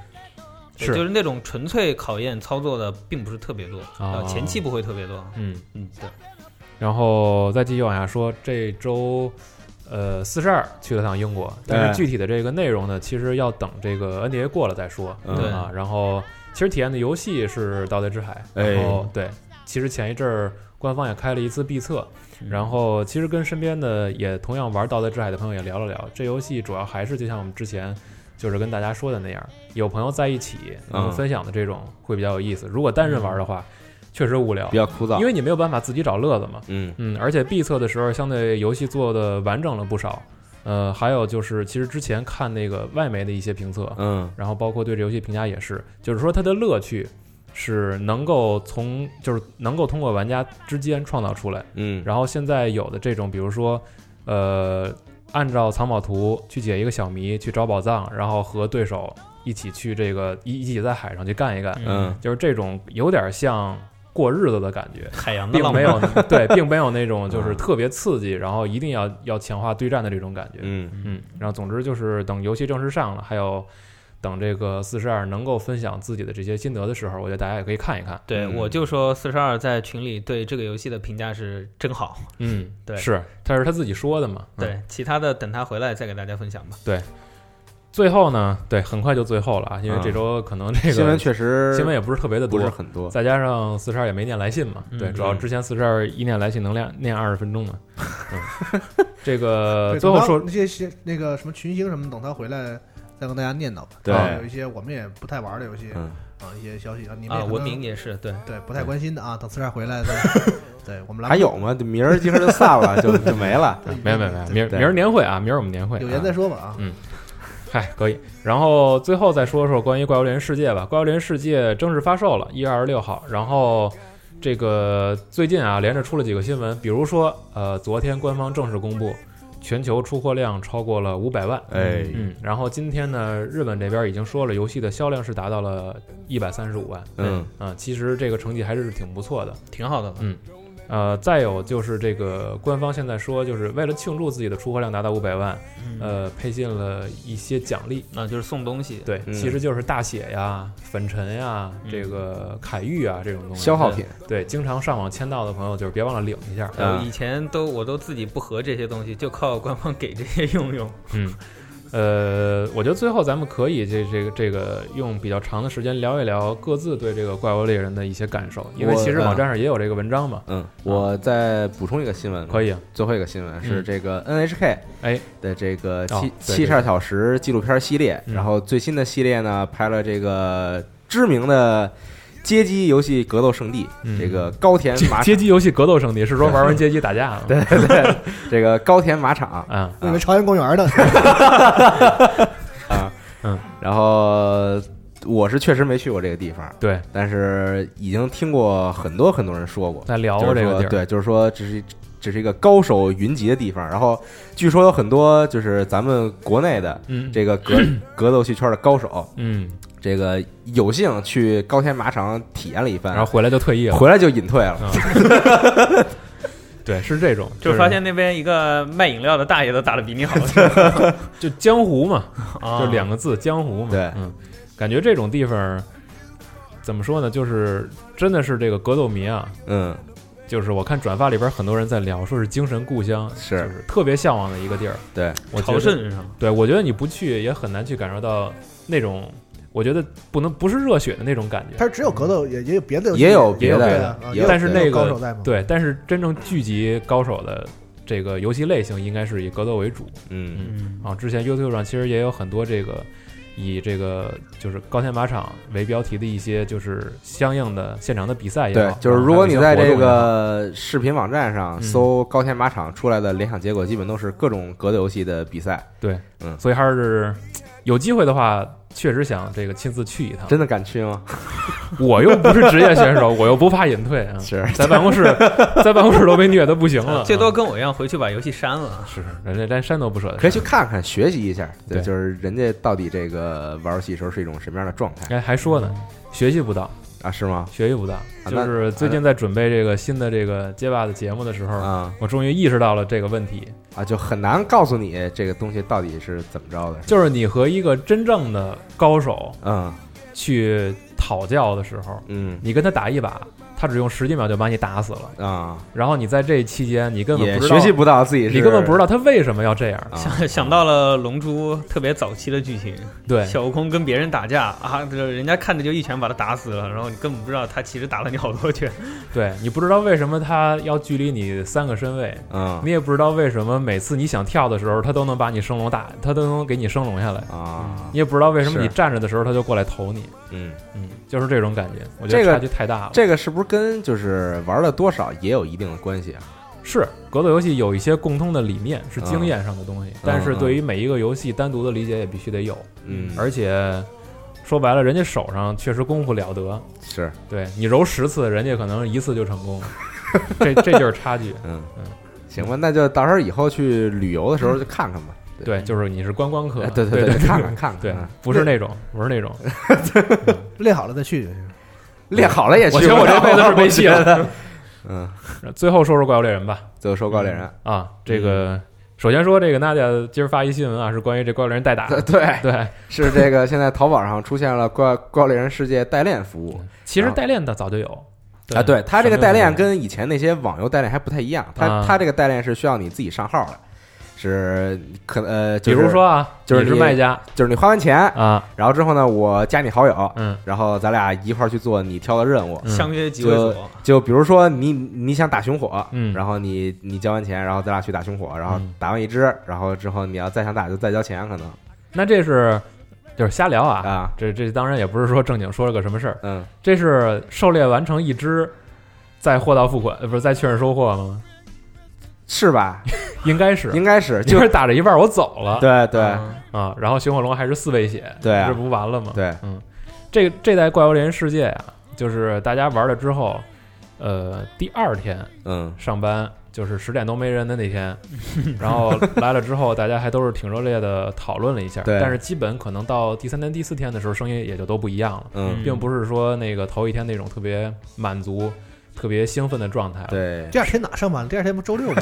D: 对
A: 是
D: 就是那种纯粹考验操作的并不是特别多，
A: 哦
D: 呃，前期不会特别多。
A: 嗯，
D: 嗯，对。
A: 然后再继续往下说，这周。呃，四十二去了趟英国，但
B: 哎
A: 是具体的这个内容呢，其实要等这个 NDA 过了再说。
B: 嗯
D: 对
A: 啊，然后其实体验的游戏是《盗贼之海》，
B: 哎
A: 然后对，其实前一阵儿官方也开了一次闭测，
B: 嗯
A: 然后其实跟身边的也同样玩《盗贼之海》的朋友也聊了聊，这游戏主要还是就像我们之前就是跟大家说的那样，有朋友在一起能
B: 嗯
A: 分享的这种会比较有意思。如果单人玩的话，确实无聊
B: 比，较枯燥，
A: 因
B: 为
A: 为你没有办法自己找乐子嘛。
B: 嗯
A: 嗯，而且闭测的时候，相对游戏做的完整了不少。呃，还有就是，其实之前看那个外媒的一些评测，
B: 嗯
A: 然后包括对这游戏评价也是，就是说它的乐趣是能够从就是能够通过玩家之间创造出来。
B: 嗯
A: 然后现在有的这种，比如说，呃，按照藏宝图去解一个小谜，去找宝藏，然后和对手一起去这个一一起在海上去干一干，
B: 嗯，
A: 就是这种有点像过日子的感觉。
D: 海洋的
A: 并
D: 浪漫
A: 没有对，并没有那种就是
B: 嗯
A: 特别刺激，然后一定要要强化对战的这种感觉。
B: 嗯
A: 嗯，然后总之就是等游戏正式上了，还有等这个四十二能够分享自己的这些心得的时候，我觉得大家也可以看一看。
D: 对，
B: 嗯
D: 我就说四十二在群里对这个游戏的评价是真好。
A: 嗯，
D: 对
A: 是，他是他自己说的嘛。嗯
D: 对，其他的等他回来再给大家分享吧。
A: 最后呢，对，很快就最后了啊，因为
B: 嗯
A: 这周可能这个
B: 新闻确实
A: 新闻也不是特别的
B: 不是
A: 多，
B: 很多，
A: 再加上四十二也没念来信嘛，
D: 嗯
A: 对，主要之前四十二一念来信能念念二十分钟嘛。嗯，这个
C: 对
A: 呃最后
C: 等到
A: 说
C: 那些些那个什么群星什么，等他回来再跟大家念叨吧。
B: 对
C: 啊有一些我们也不太玩的游戏
B: 嗯
C: 啊，一些消息啊，你们
D: 啊，
C: 也可能
D: 文明也是对，
C: 对不太关心的啊，等四十二回来 再对我们来
B: 还有吗？明儿今儿就散了，就就没 了。
A: 没有没有没有，明儿
B: 对
A: 明儿年会啊，明儿我们年会、啊，
C: 有缘再说吧啊。
A: 嗨，可以。然后最后再说说关于《怪物猎人世界》吧，《怪物猎人世界》正式发售了，一月二十六号。然后这个最近啊，连着出了几个新闻，比如说，呃，昨天官方正式公布，全球出货量超过了五百万。
B: 哎，
A: 嗯，然后今天呢，日本这边已经说了，游戏的销量是达到了一百三十五万。
B: 嗯
A: 啊、其实这个成绩还是挺不错的。
D: 挺好的吧。
A: 呃，再有就是这个官方现在说，就是为了庆祝自己的出货量达到五百万，
B: 嗯
A: 呃，配信了一些奖励。
D: 那就是送东西，
A: 对，
B: 嗯
A: 其实就是大写呀、粉尘呀、
D: 嗯
A: 这个凯玉啊这种东西。
B: 消耗品，
A: 对，经常上网签到的朋友，就是别忘了领一下。
B: 啊
D: 我以前都我都自己不合这些东西，就靠官方给这些用用。
A: 嗯， 呃，我觉得最后咱们可以这这个这个用比较长的时间聊一聊各自对这个怪物猎人的一些感受，因为
B: 我
A: 其实网站上也有这个文章嘛。
B: 嗯，我再补充一个新闻，
A: 可以啊，
B: 最后一个新闻是
A: 嗯
B: 这个 NHK
A: 哎
B: 的这个
A: 哦
B: 七
A: 对
B: 七十二小时纪录片系列，
A: 嗯
B: 然后最新的系列呢拍了这个知名的街机游戏格斗圣地，
A: 嗯
B: 这个高田
A: 街
B: 哎马
A: 街机游戏格斗圣地是说玩完街机打架吗？
B: 对对对，这个高田马场
A: 啊，
C: 我以为朝阳公园的，
B: 啊，
A: 嗯，
B: 然后我是确实没去过这个地方，
A: 对，
B: 但是已经听过很多很多人说过，
A: 在聊
B: 就
A: 过
B: 是
A: 这
B: 说
A: 个地儿，
B: 对，就是说这是一这是一个高手云集的地方，然后据说有很多就是咱们国内的
A: 嗯，
B: 这 个格格斗戏圈的高手，
A: 嗯，
B: 这个有幸去高田马场体验了一番，
A: 然后回来就退役了。
B: 回来就隐退了。
A: 啊对，是这种，
D: 就是发现那边一个卖饮料的大爷都打的比 你好，是吧
A: 就江湖嘛，
D: 啊
A: 就两个字江湖嘛。
B: 对
A: 嗯，感觉这种地方怎么说呢？就是真的是这个格斗迷啊，
B: 嗯，
A: 就是我看转发里边很多人在聊，说是精神故乡，
B: 是
A: 就是特别向往的一个地儿。
B: 对，
A: 我觉得，
D: 啊朝
A: 嗯
D: 圣上，
A: 对我觉得你不去也很难去感受到那种，我觉得不能不是热血的那种感觉。
C: 它是只有格斗，也也有别的游戏，
B: 也有
A: 别的嗯
C: 对啊
B: 也有
C: 啊
B: 别的
A: 但是那
C: 有高
A: 个
C: 手在吗？
A: 对，但是真正聚集高手的这个游戏类型，应该是以格斗为主。
B: 嗯
D: 嗯
A: 啊，之前 YouTube 上其实也有很多这个以这个就是高田马场为标题的一些就是相应的现场的比赛也
B: 对
A: 好，，
B: 就是
A: 然后
B: 如果你
A: 还
B: 在
A: 有一些
B: 这
A: 活动也啊好
B: 个 视频网站上
A: 嗯
B: 搜高田马场出来的联想结果，基本都是各种格斗游戏的比赛。
A: 对，
B: 嗯
A: 所以还是有机会的话，确实想这个亲自去一趟。
B: 真的敢去 吗？
A: 我又不是职业选手， 我又不怕隐退啊，
B: 是，
A: 在办公室在办公室都被虐的不行了，
D: 最多
A: 啊
D: 跟我一样回去把游戏删了。
A: 是人家连删都不舍得
B: 可以
A: 删。
B: 去看看，学习一下，对，
A: 对
B: 就是人家到底这个玩游戏的时候是一种什么样的状态
A: 哎，还说呢，学习不到，
B: 啊？是吗？
A: 学习不到，
B: 啊
A: 就
B: 那
A: 是最近在准备这个新的这个街霸的节目的时候，
B: 啊
A: 我终于意识到了这个问题，
B: 啊，就很难告诉你这个东西到底是怎么着的。
A: 就是你和一个真正的高手
B: 嗯
A: 去讨教的时候，
B: 嗯
A: 你跟他打一把，他只用十几秒就把你打死了。
B: 啊，
A: 然后你在这期间，你根本
B: 也
A: 不知道
B: 学习不到自己是，
A: 你根本不知道他为什么要这样。
B: 啊
D: 想 想到了《龙珠》特别早期的剧情，
A: 对，
D: 小悟空跟别人打架啊，这人家看着就一拳把他打死了，然后你根本不知道他其实打了你好多拳。
A: 对你不知道为什么他要距离你三个身位，
B: 嗯
A: 你也不知道为什么每次你想跳的时候，他都能把你升龙打，他都能给你升龙下来。
B: 啊
A: 你也不知道为什么
B: 是
A: 你站着的时候他就过来投你，
B: 嗯。
A: 嗯，就是这种感觉。我觉得
B: 这个
A: 差距太大了。
B: 这个是不是跟就是玩了多少也有一定的关系啊？
A: 是格斗游戏有一些共通的理念，是
B: 嗯
A: 经验上的东西，但是对于每一个游戏单独的理解也必须得有。
B: 嗯，
A: 而且说白了，人家手上确实功夫了得，
B: 是
A: 对你揉十次，人家可能一次就成 功，这这就是差距。
B: 嗯
A: 嗯
B: 行吧，那就到时候以后去旅游的时候就看看吧。
A: 对，就是你是观光客
B: 哎，对
A: 嗯对
B: 对，看看看看，
A: 对
B: 嗯，
A: 不是那种，不是 那种。
C: 练好了再去。
B: 练好了也去。
A: 我觉得我这辈子是没戏了
B: 我觉 得。嗯，
A: 最后说说怪物猎人吧，
B: 最后说高猎人，
A: 啊，这
B: 嗯
A: 个首先说这个娜姐今儿发一新闻啊，是关于这怪物猎人代打，
B: 对对，
A: 对，
B: 是这个现在淘宝上出现了怪怪猎人世界代练服务
A: 其实
B: 然后
A: 代练的早就有
B: 啊，对它这
A: 什
B: 个
A: 么
B: 代练
A: 都有
B: 跟以前那些网游代练还不太一样，它
A: 啊
B: 它这个代练是需要你自己上号的，是可呃，
A: 比
B: 就是
A: 如说啊，
B: 就是
A: 你是
B: 你
A: 卖家
B: 就是你花完钱，
A: 啊，
B: 然后之后呢，我加你好友，
A: 嗯，
B: 然后咱俩一块儿去做你挑的任务。
A: 嗯
D: 相约集会所，
B: 就比如说你你想打熊火，
A: 嗯
B: 然后你你交完钱，然后咱俩去打熊火，然后
A: 嗯
B: 打完一只，然后之后你要再想打就再交钱，可能
A: 那这是就是瞎聊啊，
B: 啊，
A: 这这当然也不是说正经说了个什么事儿，
B: 嗯，
A: 这是狩猎完成一只，再货到付款，呃，不是再确认收货吗？
B: 是吧？
A: 应该是，
B: 应该是，
A: 就
B: 就是
A: 打着一半我走了，
B: 对对
D: 嗯
A: 啊，然后熊火龙还是四位血，
B: 对啊
A: 这不完了吗？
B: 对，
A: 这个这代怪物猎人世界呀、就是大家玩了之后，呃，第二天
B: 嗯
A: 上班就是十点都没人的那 天，然后来了之后，大家还都是挺热烈的讨论了一下，
B: 对
A: 但是基本可能到第三天、第四天的时候，声音也就都不一样了，
B: 嗯，
A: 并不是说那个头一天那种特别满足、特别兴奋的状态了。
B: 对，
C: 第二天哪上班了？第二天不周六吗？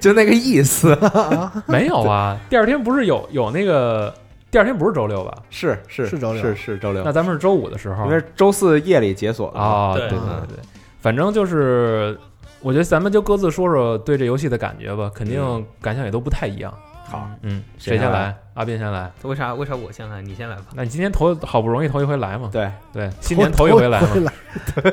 B: 就那个意 思，
A: 没有啊，第二天不是有有那个第二天不是周六吧？
B: 是是
C: 是周六
B: 是是周六
A: 那，咱们是周五的时候
B: 因为是周四夜里解锁的嘛，
A: 啊，
D: 对
A: 对
B: 嗯
A: 对对，反正就是。我觉得咱们就各自说说对这游戏的感觉吧，肯定感想也都不太一样。
B: 嗯好，
A: 嗯，
B: 谁
A: 谁先
B: 先来
A: 来？阿斌先来。
D: 为啥为啥我先来？你先来吧。
A: 那你今天头好不容易头一回来嘛？
B: 对
A: 对，新年头一回来嘛。
C: 了，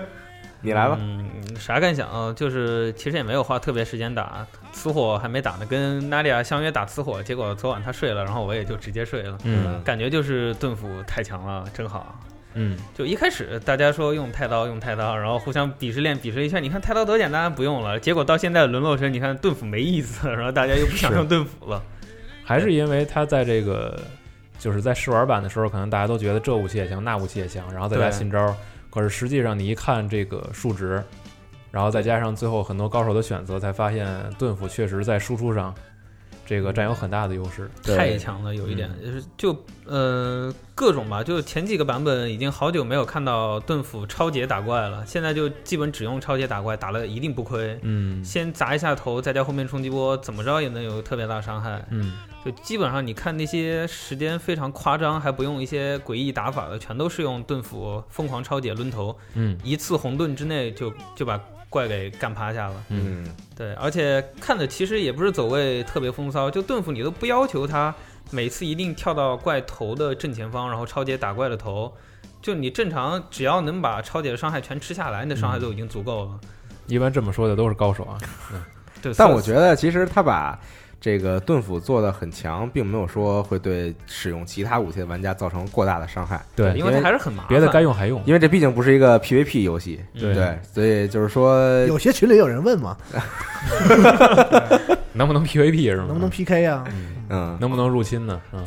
B: 你来吧，
D: 嗯，啥感想啊？就是其实也没有花特别时间打，雌火还没打呢，跟娜利亚相约打雌火，结果昨晚她睡了，然后我也就直接睡了。
A: 嗯
D: 感觉就是盾斧太强了，真好。啊
A: 嗯，
D: 就一开始大家说用太刀用太刀，然后互相鄙视链鄙视一圈，你看太刀多简单，不用了。结果到现在的沦落成你看盾斧没意思，然后大家又不想用盾斧了。
A: 还是因为它在这个就是在试玩版的时候，可能大家都觉得这武器也行，那武器也行，然后再加
D: 对
A: 新招儿。可是实际上你一看这个数值，然后再加上最后很多高手的选择，才发现盾斧确实在输出上这个占有很大的优势。
B: 对
D: 太强了，有一点，就是就呃各种吧，就前几个版本已经好久没有看到盾斧超解打怪了，现在就基本只用超解打怪，打了一定不亏。
A: 嗯
D: 先砸一下头，再加后面冲击波，怎么着也能有特别大伤害。
A: 嗯，
D: 就基本上你看那些时间非常夸张，还不用一些诡异打法的，全都是用盾斧疯狂超解抡头，
A: 嗯
D: 一次红盾之内就就把怪给干趴下了。
A: 嗯，
D: 对，而且看的其实也不是走位特别风骚，就盾斧你都不要求他每次一定跳到怪头的正前方，然后超解打怪的头。就你正常，只要能把超解的伤害全吃下来，你的伤害都已经足够了。
A: 一般这么说的都是高手啊。
D: 对，
B: 但
D: 所以
B: 我觉得其实他把这个盾斧做的很强，并没有说会对使用其他武器的玩家造成过大的伤害，
A: 对，
D: 因为它还是很麻烦。
A: 别的该用还用。
B: 因为这毕竟不是一个 PVP 游戏，
A: 对
B: 对，所以就是说，
C: 有些群里有人问嘛，
A: 能不能 PVP 是吗？
C: 能不能 PK 啊？
B: 嗯，
A: 能不能入侵呢？嗯。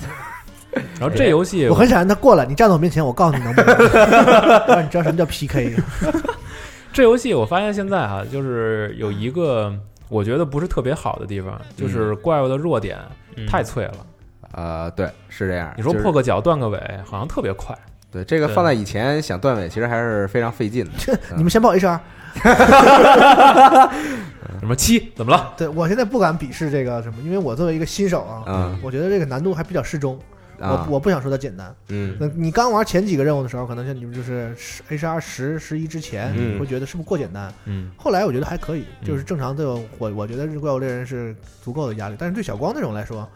A: 然后这游戏
C: 我很想让他过来，你站在我面前，我告诉你能 不能，让你知道什么叫 PK。
A: 嗯这游戏我发现现在哈、就是有一个我觉得不是特别好的地方，
B: 嗯
A: 就是怪物的弱点
D: 嗯
A: 太脆了。
B: 呃，对，是这样。
A: 你说
B: 就是
A: 破个脚断个尾，好像特别快。
B: 对这个
D: 对
B: 放在以前想断尾，其实还是非常费劲 的。
C: 你们先报 HR，
B: 嗯
A: 什么七怎么了？
C: 对我现在不敢鄙视这个什么，因为我作为一个新手啊，
B: 嗯
C: 我觉得这个难度还比较适中。
B: 啊
C: 我，我不想说它简单。
B: 嗯
C: 那你刚玩前几个任务的时候，可能像你们就是10 HR 十十一之前，
B: 嗯
C: 你会觉得是不是过简单？
A: 嗯
C: 后来我觉得还可以，
A: 嗯
C: 就是正常的我我觉得怪物猎人是足够的压力，但是对小光这种来说，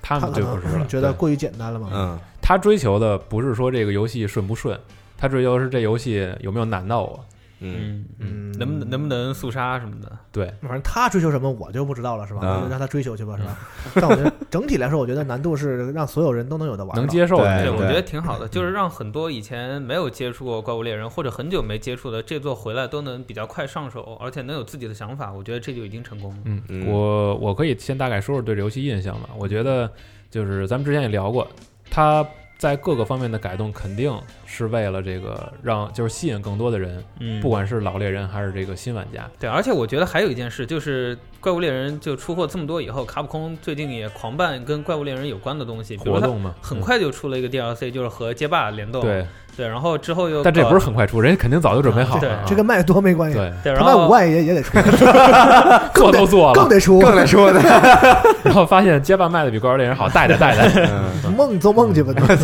A: 他们
C: 可
A: 就不是了
C: 能，觉得
A: 对
C: 过于简单了嘛。
B: 嗯，
A: 他追求的不是说这个游戏顺不顺，他追求的是这游戏有没有难到我。
B: 嗯
C: 嗯，
D: 嗯，能不能能不能速杀什么的？
A: 对，
C: 反正他追求什么我就不知道了，是吧？
B: 啊
C: 我就让他追求去吧，是吧？
A: 啊
C: 但我觉得整体来说，我觉得难度是让所有人都能有的玩到，
A: 能接受的
B: 哎
A: 那
D: 对，
A: 种
D: 我
B: 对
D: 觉得挺好的，就是让很多以前没有接触过怪物猎人或者很久没接触的这座回来都能比较快上手，而且能有自己的想法，我觉得这就已经成功了。
A: 嗯，
B: 嗯
A: 我我可以先大概说说对这游戏印象吧。我觉得就是咱们之前也聊过，它在各个方面的改动肯定是为了这个让就是吸引更多的人，
D: 嗯
A: 不管是老猎人还是这个新玩家。
D: 对，而且我觉得还有一件事，就是怪物猎人就出货这么多以后，卡普空最近也狂办跟怪物猎人有关的东西，比如
A: 活
D: 它
A: 动嘛，
D: 很
A: 嗯、
D: 快就出了一个 DLC，就是和街霸联动。
A: 对，
D: 对，然后之后又
A: 但这
D: 搞
A: 不是很快出，人家肯定早就准备好了、啊
C: 这跟卖多没关系。
A: 对，
D: 对，
C: 他
D: 然
C: 卖五
D: 后
C: 万也也得出，
A: 做都做
C: 更
A: 了，
C: 得出，
B: 更难说的。
A: 然后发现街霸卖的比怪物猎人好，带着带着，
B: 嗯
C: 梦做梦 去吧。
D: 然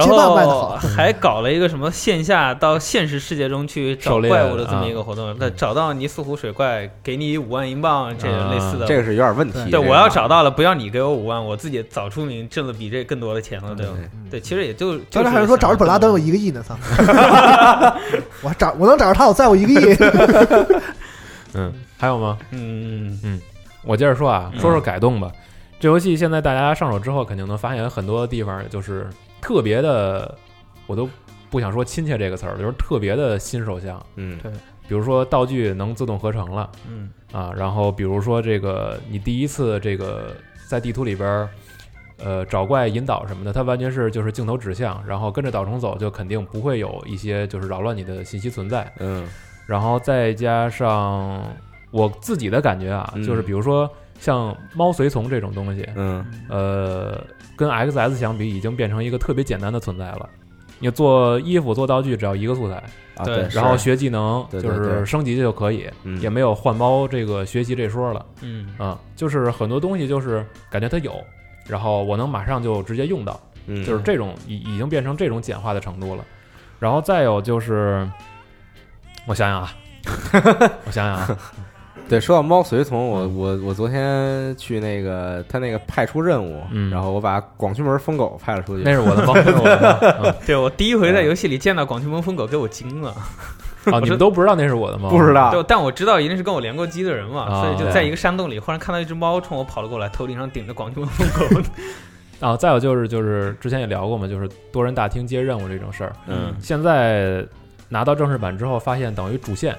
C: 街霸卖得好
D: 后还搞了一个什么线下到现实世界中去找
A: 狩猎
D: 怪物的这么
A: 啊
D: 一个活动，那找到尼斯湖水怪，给你五万英镑，这
A: 啊
D: 类似的。
B: 这个是有点问题。
C: 对
B: 这
D: 对，
B: 个
D: 我要找到了，不要你给我五万，我自己早出名挣了比这更多的钱
B: 嗯
D: 了，对吧？对，其实也就就
C: 当
D: 是
C: 时还是说找着本拉登有一个亿呢，操！ 我找我能找着他，我在我一个亿。
A: 嗯，还有吗？
D: 嗯，
A: 我接着说啊，
D: 嗯
A: 说说改动吧。这游戏现在大家上手之后，肯定能发现很多地方就是特别的，我都不想说亲切这个词儿，就是特别的新手向。
B: 嗯
A: 比如说道具能自动合成了
D: 嗯
A: 啊，然后比如说这个你第一次这个在地图里边儿，呃，找怪引导什么的，它完全是就是镜头指向，然后跟着导虫走，就肯定不会有一些就是扰乱你的信息存在。
B: 嗯
A: 然后再加上我自己的感觉啊，
B: 嗯
A: 就是比如说像猫随从这种东西，
B: 嗯
A: 呃，跟 XS 相比，已经变成一个特别简单的存在了。你做衣服、做道具，只要一个素材，
B: 啊
D: 对
B: 是
A: 然后学技能，
B: 对
A: 就
B: 对对
A: 是升级就可以，
B: 嗯
A: 也没有换猫这个学习这说了
D: 嗯，
A: 啊、就是很多东西就是感觉它有，然后我能马上就直接用到。
B: 嗯
A: 就是这种已已经变成这种简化的程度了。然后再有就是，我想想 啊，我想想啊，
B: 对，说到猫随从，我我我昨天去那个他那个派出任务，
A: 嗯
B: 然后我把广渠门疯狗派了出去
A: 那。是我的 猫，那是我的猫。
D: 对我第一回在游戏里见到广渠门疯狗，给我惊了。
A: 嗯啊，你们都不知道那是我的猫，
B: 不知。道
D: 就但我知道一定是跟我连过机的人嘛，
A: 啊
D: 所以就在一个山洞里，忽然看到一只猫冲我跑了过来，头顶上顶着广渠门疯狗，
A: 啊，再有就是就是之前也聊过嘛，就是多人大厅接任务这种事儿，
B: 嗯
A: 现在拿到正式版之后，发现等于主线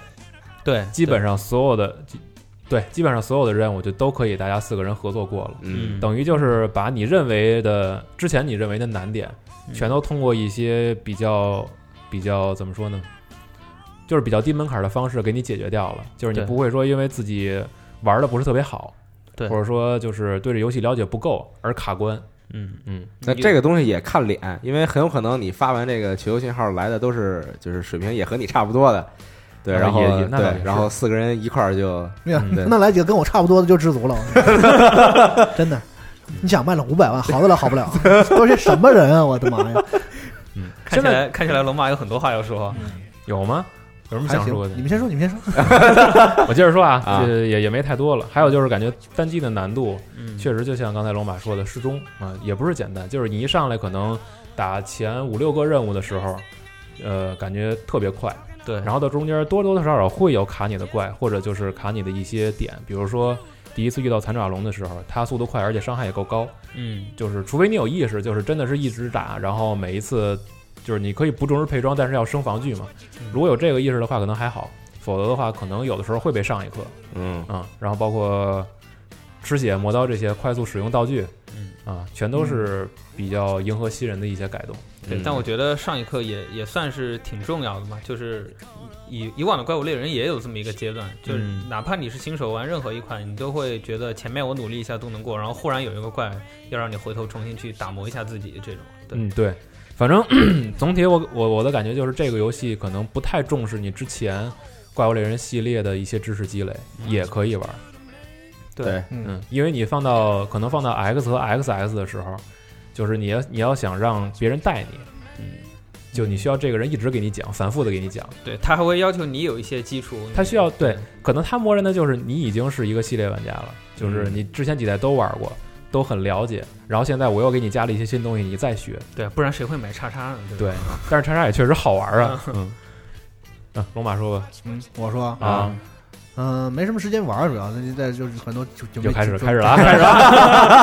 D: 对，
A: 基本上所有的，基对，基本上所有的任务就都可以大家四个人合作过了，
B: 嗯
D: 嗯
A: 等于就是把你认为的之前你认为的难点，
D: 嗯
A: 全都通过一些比较比较怎么说呢，就是比较低门槛的方式给你解决掉了。就是你
D: 对
A: 不会说因为自己玩的不是特别好，
D: 对
A: 或者说就是对这游戏了解不够而卡关。
D: 嗯，
A: 嗯，
B: 那这个东西也看脸，因为很有可能你发完这个求救信号来的都是就是水平也和你差不多的，对，
A: 啊
B: 然后
A: 也也那倒也
B: 对
A: 是，
B: 然后四个人一块儿就
C: 对呀
A: 嗯
B: 对
C: 那来几个跟我差不多的就知足了， 真的。你想卖了五百万，好得了好不了，都是什么人啊！我的妈呀！
A: 嗯，
D: 看
A: 现
D: 起
A: 在
D: 来看起来龙马有很多话要说，
A: 有吗？有什么
C: 还
A: 想说
C: 行，
A: 的
C: 你？们先说，你们先说。
A: 我接着说啊，
B: 啊
A: 这也也没太多了。还有就是感觉单机的难度
D: 嗯，
A: 确实就像刚才龙马说的适中啊，也不是简单，就是你一上来可能打前五六个任务的时候，呃，感觉特别快。
D: 嗯对，
A: 然后到中间多多少少会有卡你的怪，或者就是卡你的一些点，比如说第一次遇到残爪龙的时候，它速度快，而且伤害也够高，
D: 嗯
A: 就是除非你有意识，就是真的是一直打，然后每一次就是你可以不重视配装，但是要升防具嘛。如果有这个意识的话，可能还好，否则的话，可能有的时候会被上一课
B: 嗯
A: 啊、然后包括吃血、磨刀这些快速使用道具
D: 嗯，
A: 啊，全都是比较迎合新人的一些改动。
D: 对，但我觉得上一课也也算是挺重要的嘛，就是以以往的怪物猎人也有这么一个阶段，就是
A: 嗯
D: 哪怕你是新手玩任何一款，你都会觉得前面我努力一下都能过，然后忽然有一个怪要让你回头重新去打磨一下自己这种，对，
A: 嗯，对，反正 总体我我我的感觉就是这个游戏可能不太重视你之前怪物猎人系列的一些知识积累，
D: 嗯
A: 也可以玩。
B: 对，
A: 嗯，因为你放到可能放到 X 和 XS 的时候，就是你要你要想让别人带你，
D: 嗯，
A: 就你需要这个人一直给你讲，反复的给你讲。
D: 对他还会要求你有一些基础，
A: 他需要对，可能他默认的就是你已经是一个系列玩家了，就是你之前几代都玩过，都很了解。然后现在我又给你加了一些新东西，你再学。
D: 对，不然谁会买叉叉呢？对吧
A: 对，但是叉叉也确实好玩啊。嗯，啊，龙马说吧。
C: 嗯，我说啊，
A: 啊，
C: 嗯，没什么时间玩儿，主要那现在就是很多就就
A: 就
C: 没
A: 开始
C: 就
A: 开始了，啊，开始了啊。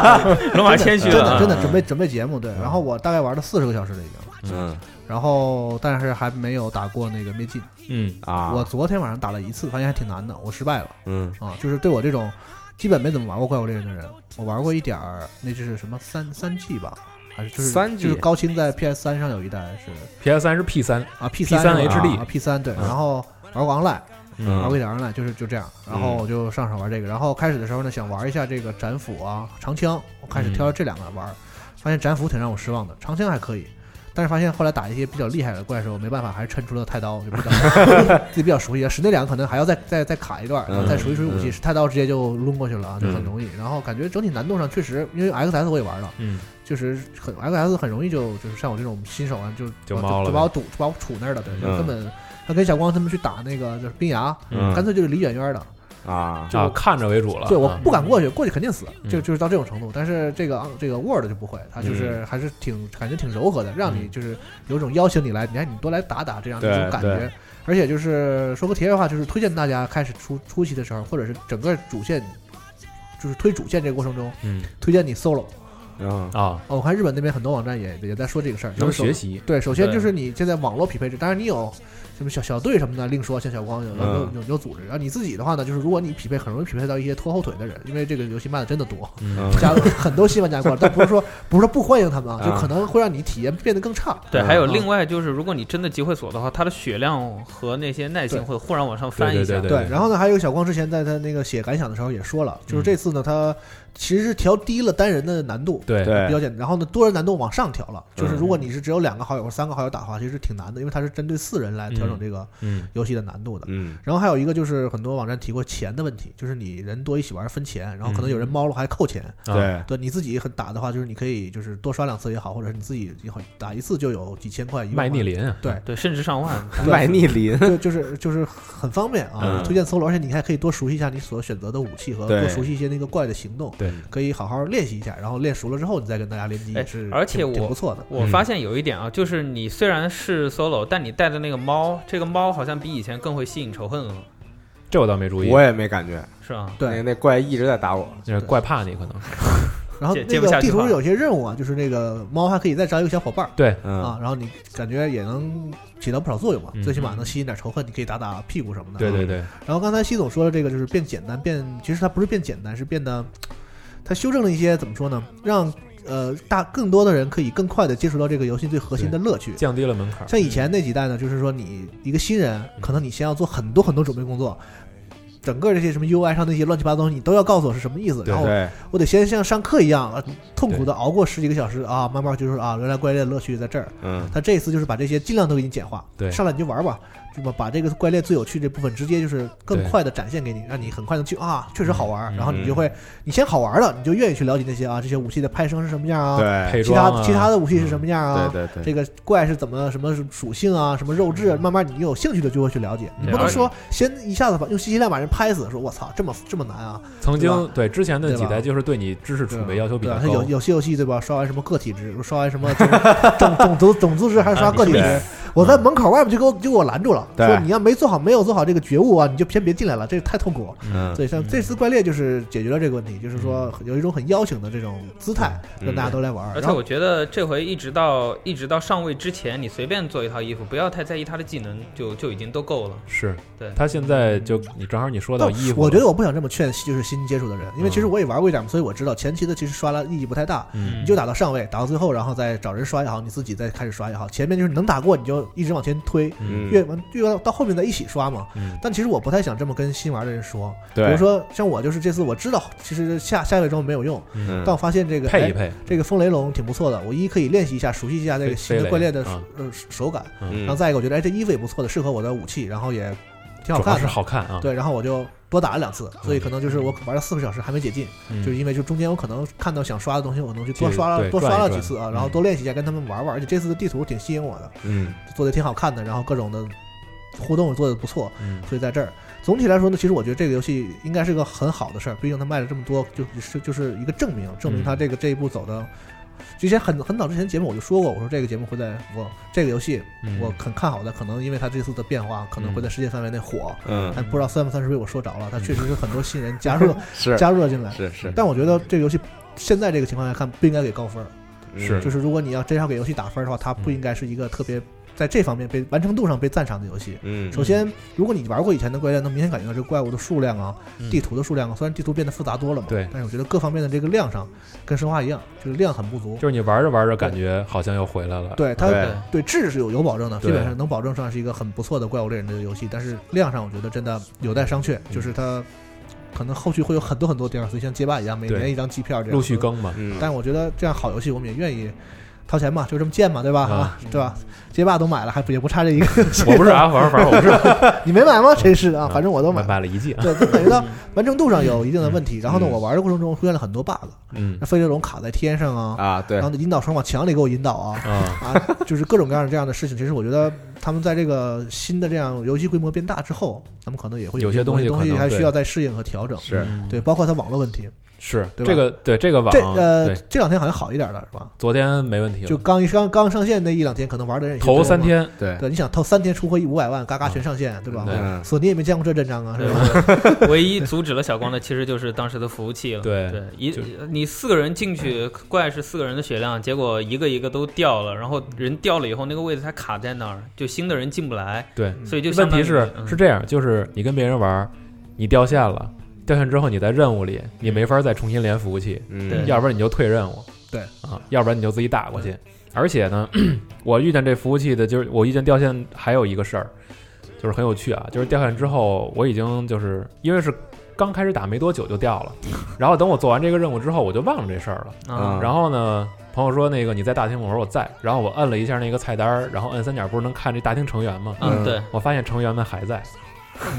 D: 龙马谦虚
C: 真的
D: 了，
C: 真的
B: 嗯
C: 准备准备节目对，然后我大概玩了四十个小时了已经，
B: 嗯
C: 然后但是还没有打过那个灭尽，
A: 嗯
B: 啊，
C: 我昨天晚上打了一次，发现还挺难的，我失败了
B: 嗯
C: 啊，就是对我这种基本没怎么玩过怪物猎人的人，我玩过一点儿，那就是什么三三 G 吧，还是就是
B: 三 G
C: 就是高清在 PS 三上有一代是
A: ，PS 三是 P 三，
C: 啊 P 三
A: P3
B: HD
C: P 三对，
A: 嗯
C: 然后玩过 online。玩过
B: 嗯
C: 一点 online，就是就这样。然后我就上手玩这个，然后开始的时候呢，想玩一下这个斩斧啊、长枪，我开始挑这两个玩，发现斩斧挺让我失望的，长枪还可以。但是发现后来打一些比较厉害的怪兽，没办法，还是抻出了太刀，就比较自己比较熟悉了。使那两个可能还要再再再卡一段，然后再熟悉熟悉武器，
B: 嗯
C: 使太刀直接就抡过去了啊，就很
B: 嗯
C: 容易。然后感觉整体难度上确实，因为 XS 我也玩了，
A: 嗯，
C: 就是很 XS 很容易就就是像我这种新手啊，就
A: 就
C: 就
A: 猫了
C: 就把我堵，就把我杵那儿了，对，就
B: 嗯
C: 根本他跟小光他们去打那个就是冰牙，
A: 嗯
C: 干脆就是离远远的，
B: 啊
A: 啊，看着为主了。
C: 对，我
A: 啊
C: 不敢过去，过去肯定死，
A: 嗯
C: 就就是到这种程度。但是这个这个 Word 就不会，它
A: 嗯
C: 就是还是挺感觉挺柔和的，让你就是有种邀请你来，你看你多来打打这样的
B: 对
C: 一种感觉
B: 对。
C: 而且就是说个题外话，就是推荐大家开始初初期的时候，或者是整个主线，就是推主线这个过程中，
A: 嗯
C: 推荐你 solo。
B: 嗯
A: 啊，
C: 哦，我看日本那边很多网站也也在说这个事儿，就
A: 能
C: 是 solo
A: 学习。
C: 对，首先
D: 对
C: 就是你现在网络匹配制，当然你有什么小小队什么的，另说，像小光有有有有有组织。然后你自己的话呢，就是如果你匹配，很容易匹配到一些拖后腿的人，因为这个游戏卖的真的多，
A: 嗯
B: 嗯
C: 加了很多新玩家过来，但不是说不是说不欢迎他们啊，就
B: 啊
C: 可能会让你体验变得更差。
D: 对，
B: 嗯
D: 还有另外就是，如果你真的集会所的话，它的血量和那些耐
C: 对
D: 性会忽然往上翻一
A: 对
D: 下。
A: 对
C: 对，然后呢，还有小光之前在他那个写感想的时候也说了，就是这次呢，他其实是调低了单人的难度，
A: 对，
B: 对
C: 比较简单。然后呢，多人难度往上调了，就是如果你是只有两个好友或三个好友打的话，其实挺难的，因为它是针对四人来调整这个
A: 嗯
C: 游戏的难度的。
B: 嗯
C: 然后还有一个就是很多网站提过钱的问题，就是你人多一起玩分钱，然后可能有人猫了还扣钱。
D: 嗯
A: 啊
B: 对
C: 对，你自己很打的话，就是你可以就是多刷两次也好，或者是你自己以后打一次就有几千块、一万块
A: 麦逆。鳞啊，
C: 对
D: 对，甚至上
A: 嗯
D: 万。
B: 麦逆鳞
C: 对，就是就是很方便啊，
B: 嗯
C: 推荐 solo，而且你还可以多熟悉一下你所选择的武器和
B: 对
C: 多熟悉一些那个怪的行动，
A: 对，
C: 可以好好练习一下，然后练熟了之后你再跟大家联机也
D: 哎
C: 是挺，
D: 而且我
C: 挺不错的。
D: 我发现有一点啊，就是你虽然是 solo，但你带的那个猫，这个猫好像比以前更会吸引仇恨了，
A: 这我倒没注意。
B: 我也没感觉，
D: 是吧？
B: 那
C: 对，啊
B: 那怪一直在打我，
A: 就是怪怕你可能是，
C: 然后
D: 接
C: 那
D: 接不下
C: 个地
D: 去
C: 图
D: 话
C: 有些任务啊，就是那个猫还可以再招一个小伙伴儿
A: 对，
B: 嗯，
C: 啊，然后你感觉也能起到不少作用嘛
A: 嗯，
C: 最起码能吸引点仇恨，你可以打打屁股什么的。啊
A: 对对对，
C: 然后刚才西总说的这个就是变简单，变其实它不是变简单，是变得它修正了一些怎么说呢，让呃大更多的人可以更快的接触到这个游戏最核心的乐趣。
A: 降低了门槛。嗯
C: 像以前那几代呢，就是说你一个新人，可能你先要做很多很多准备工作。整个这些什么 UI 上那些乱七八糟东西，你都要告诉我是什么意思，
A: 对嗯
C: 然后
B: 对，
C: 我得先像上课一样，呃痛苦的熬过十几个小时啊，慢慢就说啊，原来怪猎的乐趣在这儿。
B: 嗯，
C: 他这次就是把这些尽量都给你简化，
A: 对
C: 上来你就玩吧，这么把这个怪猎最有趣这部分直接就是更
A: 对
C: 快的展现给你，让你很快能去啊，确实好玩，
A: 嗯
C: 然后你就会，你先好玩了，你就愿意去了解那些啊，这些武器的派生是什么样啊，
B: 对，
A: 配
C: 其
A: 装
C: 他
A: 啊，嗯
C: 其他的武器是什么样啊
B: 对，对对，
C: 这个怪是怎么什么属性啊，什么肉质，慢慢你有兴趣的就会去了解，你
A: 嗯对
C: 不能
A: 而
C: 说先一下子把用信息量把人拍死，说我操这么这么难啊，
A: 曾
C: 对
A: 经对之前的
C: 对吧
A: 几代就是对你知识
C: 对
A: 储
C: 吧
A: 备要求比较
C: 对吧它
A: 高
C: 有，有些游戏对吧？刷完什么个体值，刷完什么种 种种族种族值，还是刷个体
B: 啊你
C: 值
B: 是？
C: 我在门口外面就给我就给我拦住了，
B: 对
C: 说你要没做好没有做好这个觉悟啊，你就先别进来了，这太痛苦了。
B: 嗯
C: 所以像
A: 嗯
C: 这次怪猎就是解决了这个问题，就是说有一种很邀请的这种姿态，
B: 嗯
C: 让大家都来玩儿。
D: 而
C: 然
D: 且
C: 后
D: 我觉得这回一直到一直到上位之前，你随便做一套衣服，不要太在意他的技能，就就已经都够了。
A: 是
D: 对
A: 他现在就你正好你说到
C: 但
A: 衣服了，
C: 我觉得我不想这么劝，就是新接触的人，因为其实
A: 嗯
C: 我也玩过一点嘛，所以我知道前期的其实刷了意义不太大。
A: 嗯
C: 你就打到上位，打到最后，然后再找人刷也好，你自己再开始刷也好，前面就是能打过你就一直往前推，
A: 嗯
C: 越往越到到后面再一起刷嘛。
A: 嗯
C: 但其实我不太想这么跟新玩的人说，比
B: 对，
C: 如说像我就是这次我知道其实下下一位装没有用，
A: 嗯
B: 嗯
C: 但我发现这个
A: 配一
C: 哎
A: 配，
C: 这个风雷龙挺不错的，我一可以练习一下，熟悉一下这个
A: 飞
C: 新的
A: 飞
C: 怪猎的
A: 雷啊
C: 呃手感，
B: 嗯
C: 然后再一个我觉得哎这衣服也不错的，适合我的武器，然后也挺好
A: 主要
C: 看
A: 是
C: 的，
A: 好看啊，
C: 对，然后我就多打了两次，所以可能就是我玩了四个小时还没解禁，
A: 嗯，
C: 就是因为就中间我可能看到想刷的东西，我能去多
A: 去
C: 刷了
A: 对
C: 多
A: 转
C: 刷
A: 一
C: 了几
A: 转
C: 次啊，
A: 嗯
C: 然后多练习一下跟他们玩玩，而且这次的地图挺吸引我的，
B: 嗯
C: 做的挺好看的，然后各种的互动做的不错，
A: 嗯
C: 所以在这儿，总体来说呢，其实我觉得这个游戏应该是个很好的事儿，毕竟它卖了这么多，就是就是一个证明，证
B: 嗯
C: 明它这个这一步走的。之前很很早之前节目我就说过，我说这个节目会在我这个游戏
A: 嗯
C: 我很看好的，可能因为它这次的变化，可能会在世界范围内火，
B: 嗯，
C: 但不知道算不算是被我说着了，它确实是很多新人加入了
B: 是
C: 加入了进来，
B: 是是
C: 但我觉得这个游戏现在这个情况下看不应该给高分儿，
B: 嗯
A: 是
C: 就是如果你要真要给游戏打分儿的话，它
A: 嗯
C: 不应该是一个特别在这方面被完成度上被赞赏的游戏。
B: 嗯
C: 首先，如果你玩过以前的怪猎，能明显感觉到这个怪物的数量啊、
A: 嗯
C: 地图的数量啊，虽然地图变得复杂多了嘛，
A: 对
C: 但是我觉得各方面的这个量上跟生化一样，就是量很不足。
A: 就是你玩着玩着感觉好像又回来了，
C: 对它
B: 对
C: 对质是有有保证的，基
A: 对
C: 本上能保证上是一个很不错的怪物猎人的游戏，但是量上我觉得真的有待商榷，就是
A: 嗯
C: 它可能后续会有很多很多 DLC，像街霸一样，每
A: 对
C: 年一张机票这样
A: 陆续更嘛，
B: 嗯，
C: 但我觉得这样好游戏我们也愿意掏钱嘛，就这么贱嘛，对吧？
A: 啊
C: 啊，对吧？街霸都买了，还不也不差这一个。
A: 我不是啊 F 玩法，我不是
C: 你没买吗？真是啊， 反正我都买
A: 买
C: 了。
A: 买了一 季啊，
C: 对，就等于到完成度上有一定的问题。然后呢，
B: 嗯
C: 我玩的过程中出现了很多 bug，
A: 嗯
C: 那飞雷龙卡在天上啊，
B: 啊对
C: 然后引导绳往墙里给我引导 啊，
A: 啊，
C: 啊，就是各种各样的这样的事情。其实我觉得他们在这个新的这样游戏规模变大之后，他们可能也会
A: 有些
C: 东
A: 东西
C: 东西
A: 可能
C: 还
A: 对
C: 需要再适应和调整。
B: 是
A: 嗯
C: 对，包括它网络问题，
A: 是
C: 对吧
A: 这个对这个网
C: 这呃
A: 对
C: 这两天好像好一点了，是吧？
A: 昨天没问题了，
C: 就刚一刚刚上线那一两天，可能玩的人也
A: 头三
C: 天。
A: 天
B: 对
C: 对，你想投三天出货一五百万，嘎嘎全上线，对吧？
A: 对
B: 嗯
C: 索尼也没见过这阵仗啊，
D: 对
C: 是吧？
D: 我唯一阻止了小光的，其实就是当时的服务器了。
A: 哎对
D: 对，一
A: 就
D: 你四个人进去，怪是四个人的血量，结果一个一个都掉了，然后人掉了以后，那个位置它卡在那儿，就新的人进不来，
A: 对，
D: 所以就
A: 问
D: 相当
A: 题
D: 于
A: 是
D: 嗯
A: 是这样，就是你跟别人玩，你掉线了，掉线之后你在任务里你没法再重新连服务器，
B: 嗯
D: 对
A: 要不然你就退任务，
C: 对
A: 啊，要不然你就自己打过去。而且呢， 我遇见这服务器的，就是我遇见掉线还有一个事儿，就是很有趣啊，就是掉线之后我已经就是因为是刚开始打没多久就掉 了，然后等我做完这个任务之后我就忘了这事儿了。
D: 啊
B: 嗯，
A: 然后呢，朋友说那个你在大厅吗，我说我在，然后我摁了一下那个菜单儿，然后摁三角不是能看这大厅成员吗？
D: 嗯，
B: 嗯
D: 对，
A: 我发现成员们还在，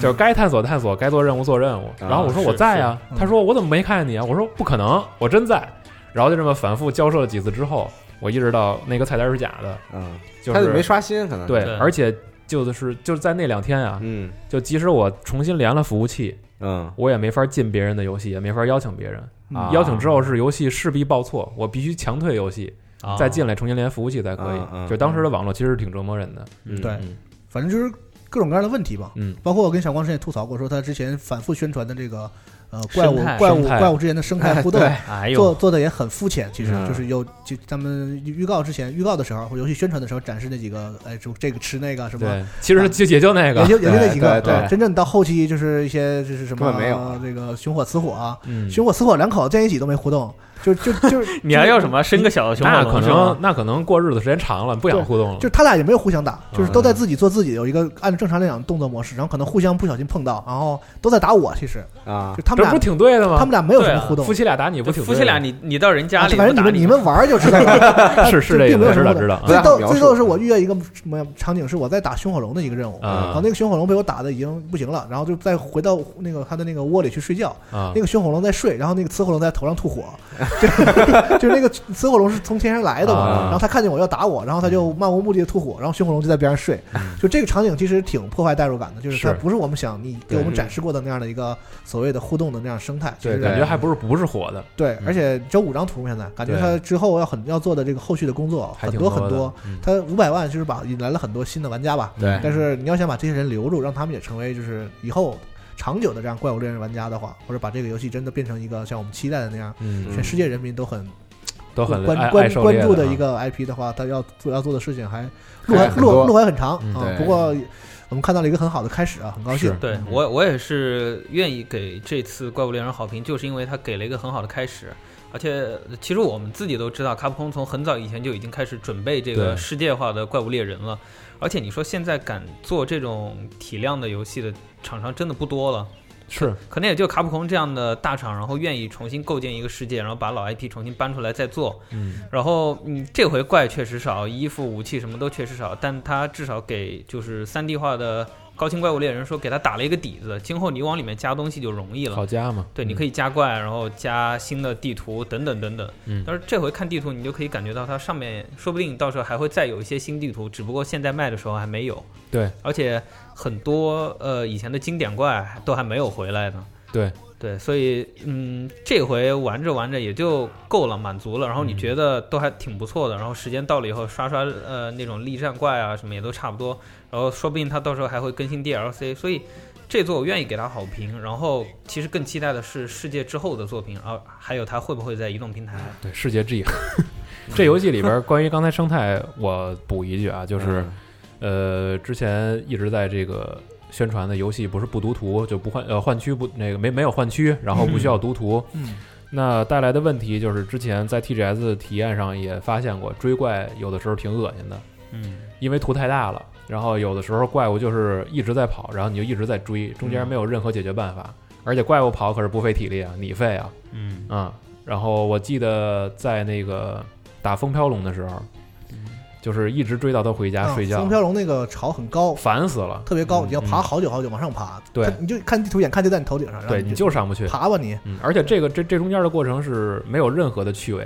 A: 就是该探索探索，该做任务做任务。然后我说
D: 是
A: 我在啊，
C: 是嗯
A: 他说我怎么没看见你啊？我说不可能，我真在。然后就这么反复交涉了几次之后，我意识到那个菜单是假的，
B: 嗯，
A: 就
B: 他就是没刷新可能
A: 对
D: 对，
A: 而且就是就是在那两天啊，
B: 嗯
A: 就即使我重新连了服务器，
B: 嗯
A: 我也没法进别人的游戏，也没法邀请别人。
B: 啊
A: 嗯邀 请之后是游戏势必报错，我必须强退游戏，
D: 啊
A: 再进来重新连服务器才可
B: 嗯嗯
A: 以。就当时的网络其实挺折磨人的，
B: 嗯
C: 对
A: 嗯
C: 反正就是各种各样的问题吧。
A: 嗯
C: 包括我跟小光之前也吐槽过，说他之前反复宣传的这个呃怪物
E: 生态
C: 怪物
A: 生态
C: 怪物之间的生态互动，
B: 对
E: 哎
C: 做
E: 呦，
C: 做的也很肤浅，其实
B: 嗯
C: 就是有就咱们预告之前预告的时候，或者游戏宣传的时候展示那几个，哎，就这个吃那个什么。
A: 对，其实就也就那
C: 也
A: 个，
C: 就也就那几个，啊
B: 对对对
C: 真正到后期就是一些就是什么
B: 根本没有
C: 这个熊火雌火啊，
A: 嗯，
C: 熊火雌火两口在一起都没互动，就就就是
E: 你还要什么生个小的熊
A: 那
E: 宝宝
A: 可
E: 是吧
A: 能那可能过日子时间长了，不想互动了
C: 就。他俩也没有互相打，就是都在自己做自己，有一个按正常来讲的动作模式，然后可能互相不小心碰到，然后都在打我，其实
B: 啊
C: 就，他
A: 这不
C: 们俩
A: 是挺对的吗？
C: 他们俩没有什
D: 对
C: 么
D: 啊
C: 互动
A: 夫，妻俩打你不
D: 就
A: 挺对的
D: 夫妻俩你你到人家
C: 啊
D: 里
C: 反正
D: 不
C: 你
D: 打
C: 们
D: 你
C: 你们玩儿就知道了，
A: 是是这
C: 并
A: 个
C: 没有
A: 知
C: 什
A: 道
C: 么
A: 知道啊
B: 不
C: 最
B: 太好
C: 逗
B: 描述
C: 最逗的是我遇到一个什么场景，是我在打熊火龙的一个任务，然后
A: 啊
C: 那个熊火龙被我打的已经不行了，然后就再回到那个他的那个窝里去睡觉，
A: 啊
C: 那！个熊火龙在睡，然后那个雌火龙在头上吐火， 就就是那个雌火龙是从天上来的嘛，
A: 啊
C: 然后他看见我要打我，然后他就漫无目的的吐火，然后熊火龙就在边上睡，就这个场景其实挺破坏代入感的，就是它
A: 嗯是
C: 不是我们想你给
A: 对
C: 我们展示过的那样的一个所谓的互动的那样生态，其
A: 对，
C: 实
A: 感觉还不是不是火的，
C: 对
A: 嗯，
C: 而且只有五张图现在，感觉
A: 对
C: 他之后要很要做的这个后续的工作
A: 还
C: 很
A: 挺
C: 多
A: 的
C: 很多，。
A: 嗯
C: 他五百万就是把引来了很多新的玩家吧，
A: 哎
B: 对
C: 但是你要想把这些人留住，让他们也成为就是以后长久的这样怪物猎人玩家的话，或者把这个游戏真的变成一个像我们期待的那样，
A: 嗯，
C: 全世界人民都很
A: 都很
C: 关
A: 爱爱
C: 关
A: 狩猎
C: 关注
A: 的
C: 的
A: 啊
C: 一个 IP 的话，他要做要做的事情还路
B: 还
C: 还
B: 很
C: 路
B: 多
C: 路还很长
A: 嗯
C: 啊。
B: 对
C: 不过我们看到了一个很好的开始啊，很高兴
A: 是。
D: 对我，我也是愿意给这次《怪物猎人》好评，就是因为它给了一个很好的开始。而且，其实我们自己都知道，卡普空从很早以前就已经开始准备这
A: 对
D: 个世界化的《怪物猎人》了。而且，你说现在敢做这种体量的游戏的厂商真的不多了，
A: 是
D: 可能也就卡普空这样的大厂，然后愿意重新构建一个世界，然后把老 IP 重新搬出来再做。
A: 嗯
D: 然后，嗯，这回怪确实少，衣服、武器什么都确实少，但它至少给就是三 D 化的高清怪物猎人说给它打了一个底子，今后你往里面加东西就容易了。
A: 好嗯家嘛，
D: 对，你可
A: 以
D: 以加怪，然后加新的地图等等等等。
A: 嗯
D: 但是这回看地图，你就可以感觉到它上面说不定到时候还会再有一些新地图，只不过现在卖的时候还没有。
A: 嗯对，
D: 而且很多呃以前的经典怪都还没有回来呢。
A: 对
D: 对，所以嗯，这回玩着玩着也就够了，满足了。然后你
A: 嗯
D: 觉得都还挺不错的，然后时间到了以后刷刷呃那种力战怪啊什么也都差不多，然后说不定它到时候还会更新 DLC，所以。这座我愿意给它好评，然后其实更期待的是世界之后的作品，啊，还有它会不会在移动平台。
A: 对世界 G，这游戏里边关于刚才生态，我补一句啊，就是
C: 嗯
A: 呃，之前一直在这个宣传的游戏不是不读图，就不换呃换区不那个没没有换区，然后不需要读图。
C: 嗯，
A: 那带来的问题就是，之前在 TGS 体验上也发现过，追怪有的时候挺恶心的，
D: 嗯，
A: 因为图太大了，然后有的时候怪物就是一直在跑，然后你就一直在追，中间没有任何解决办法，而且怪物跑可是不费体力啊，你费啊，
D: 嗯
A: 嗯，然后我记得在那个打风飘龙的时候，
D: 嗯
A: 就是一直追到他回家
C: 啊
A: 睡觉
C: 风，飘龙那个潮很高，
A: 烦死了。
C: 特别高，
A: 嗯
C: 你要爬好久好久往上爬。
A: 对
C: 它你就看地图眼看就在你头顶上，然后
D: 嗯
A: 对你就上不去，
C: 爬吧你。
A: 嗯，而且这个这这中间的过程是没有任何的趣味，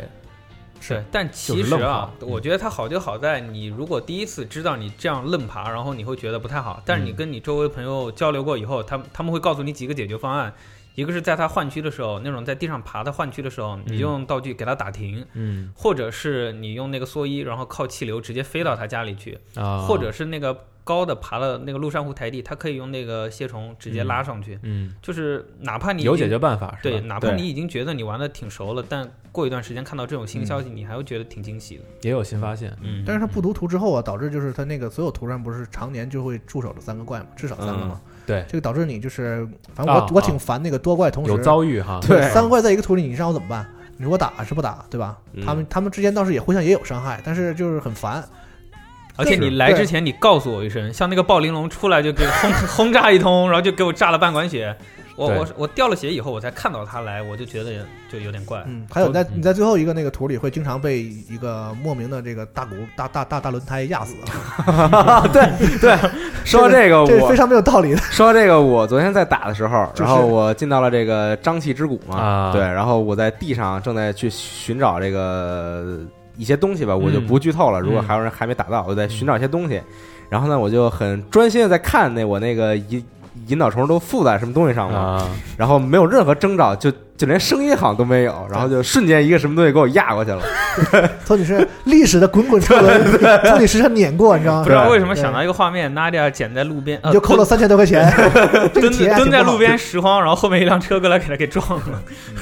D: 对，但其
A: 就是
D: 实
A: 愣
D: 啊
A: 爬，嗯
D: 我觉得它好就好在你如果第一次知道你这样愣爬，然后你会觉得不太好，但是你
A: 嗯
D: 跟你周围朋友交流过以后，他们他们会告诉你几个解决方案，一个是在他换区的时候，那种在地上爬的换区的时候，你就用道具给他打停，
A: 嗯
D: 或者是你用那个蓑衣，然后靠气流直接飞到他家里去，
A: 啊，
D: 或者是那个高的爬了那个陆珊瑚台地，他可以用那个蟹虫直接拉上去，
A: 嗯，
D: 就是哪怕你已
A: 有
D: 经
A: 解决办法是
D: 对，
A: 吧？
D: 哪怕
B: 对
D: 你已经觉得你玩的挺熟了，但过一段时间看到这种新消息，你还会觉得挺惊喜的。
A: 也有新发现，
D: 嗯
C: 但是它不读图之后啊，导致就是它那个所有图上不是常年就会驻守着三个怪嘛，至少三个嘛。
A: 对
C: 这个导致你就是，反正我、
A: 啊
C: 我
A: 啊
C: 挺烦那个多怪同时
A: 有遭遇哈，嗯
B: 对
C: 三个怪在一个图里，你让我怎么办？你说我打是不打，对吧？
B: 嗯
C: 他们他们之间倒是也互相也有伤害，但是就是很烦。
D: 而且你来之前你告诉我一声，像那个暴鳞龙出来就给轰 轰炸一通，然后就给我炸了半管血。我
A: 对
D: 我我掉了血以后，我才看到他来，我就觉得就有点怪。
C: 嗯，还有
A: 都
C: 在
A: 嗯
C: 你在最后一个那个图里会经常被一个莫名的这个大鼓大大大大轮胎压死，
B: 说这个
C: 这是
B: 哦我
C: 非常没有道理的。
B: 说这个，我昨天在打的时候，
C: 就是
B: 然后我进到了这个瘴气之谷嘛
A: 啊，
B: 对，然后我在地上正在去寻找这个一些东西
C: 嗯
B: 吧，我就不剧透了。如果还有人还没打到，我在寻找一些东西。然后呢，我就很专心的在看那我那个引引导虫都附在什么东西上嘛，
A: 啊，
B: 然后没有任何征兆，就就连声音好像都没有，然后就瞬间一个什么东西给我压过去了，
C: 托你是历史的滚滚车轮从你身上碾过，你知道吗？
D: 不知道为什么想到一个画面，娜迪亚捡在路边，
C: 你
D: 呃
C: 就扣了三千多块钱，这个
D: 蹲
C: 体
D: 蹲
C: 验还挺不
D: 蹲在
C: 好
D: 路边拾荒，然后后面一辆车过来给他给撞了。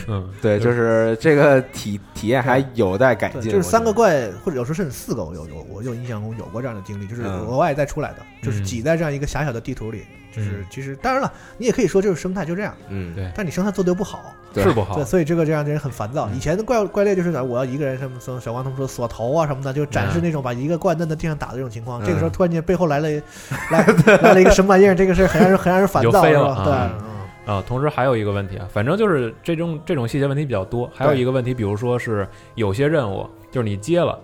A: 嗯，
B: 对，就是这个体体验还有待改
C: 对，
B: 进。
C: 就是三个
B: 我觉
C: 怪，或者有时候甚至四个，我有有我有印象中有过这样的经历，就是
B: 嗯
C: 额外再出来的，就是挤在这样一个狭小的地图里，
A: 嗯
C: 就是其实当然了，你也可以说就是生态就这样
B: 得，，嗯，
A: 对
C: 但你生态做的又不好，
B: 对
A: 是不好嗯
C: 对，，所以这个这样的人很烦躁。以前的怪怪猎就是哪儿啊我要一个人什么，什么小光他们说锁头啊什么的，就展示那
A: 嗯
C: 种把一个怪摁在地上打的这种情
B: 嗯
C: 况。这个时候突然间背后来了 来来了一个什么玩意儿，这个事儿很让人很让人烦
A: 有
C: 躁，
A: 飞
C: 是
A: 了
C: 吧？
A: 啊
C: 对。嗯
A: 啊，同时还有一个问题啊，反正就是这种这种细节问题比较多。还有一个问题，比如说是有些任务，就是你接了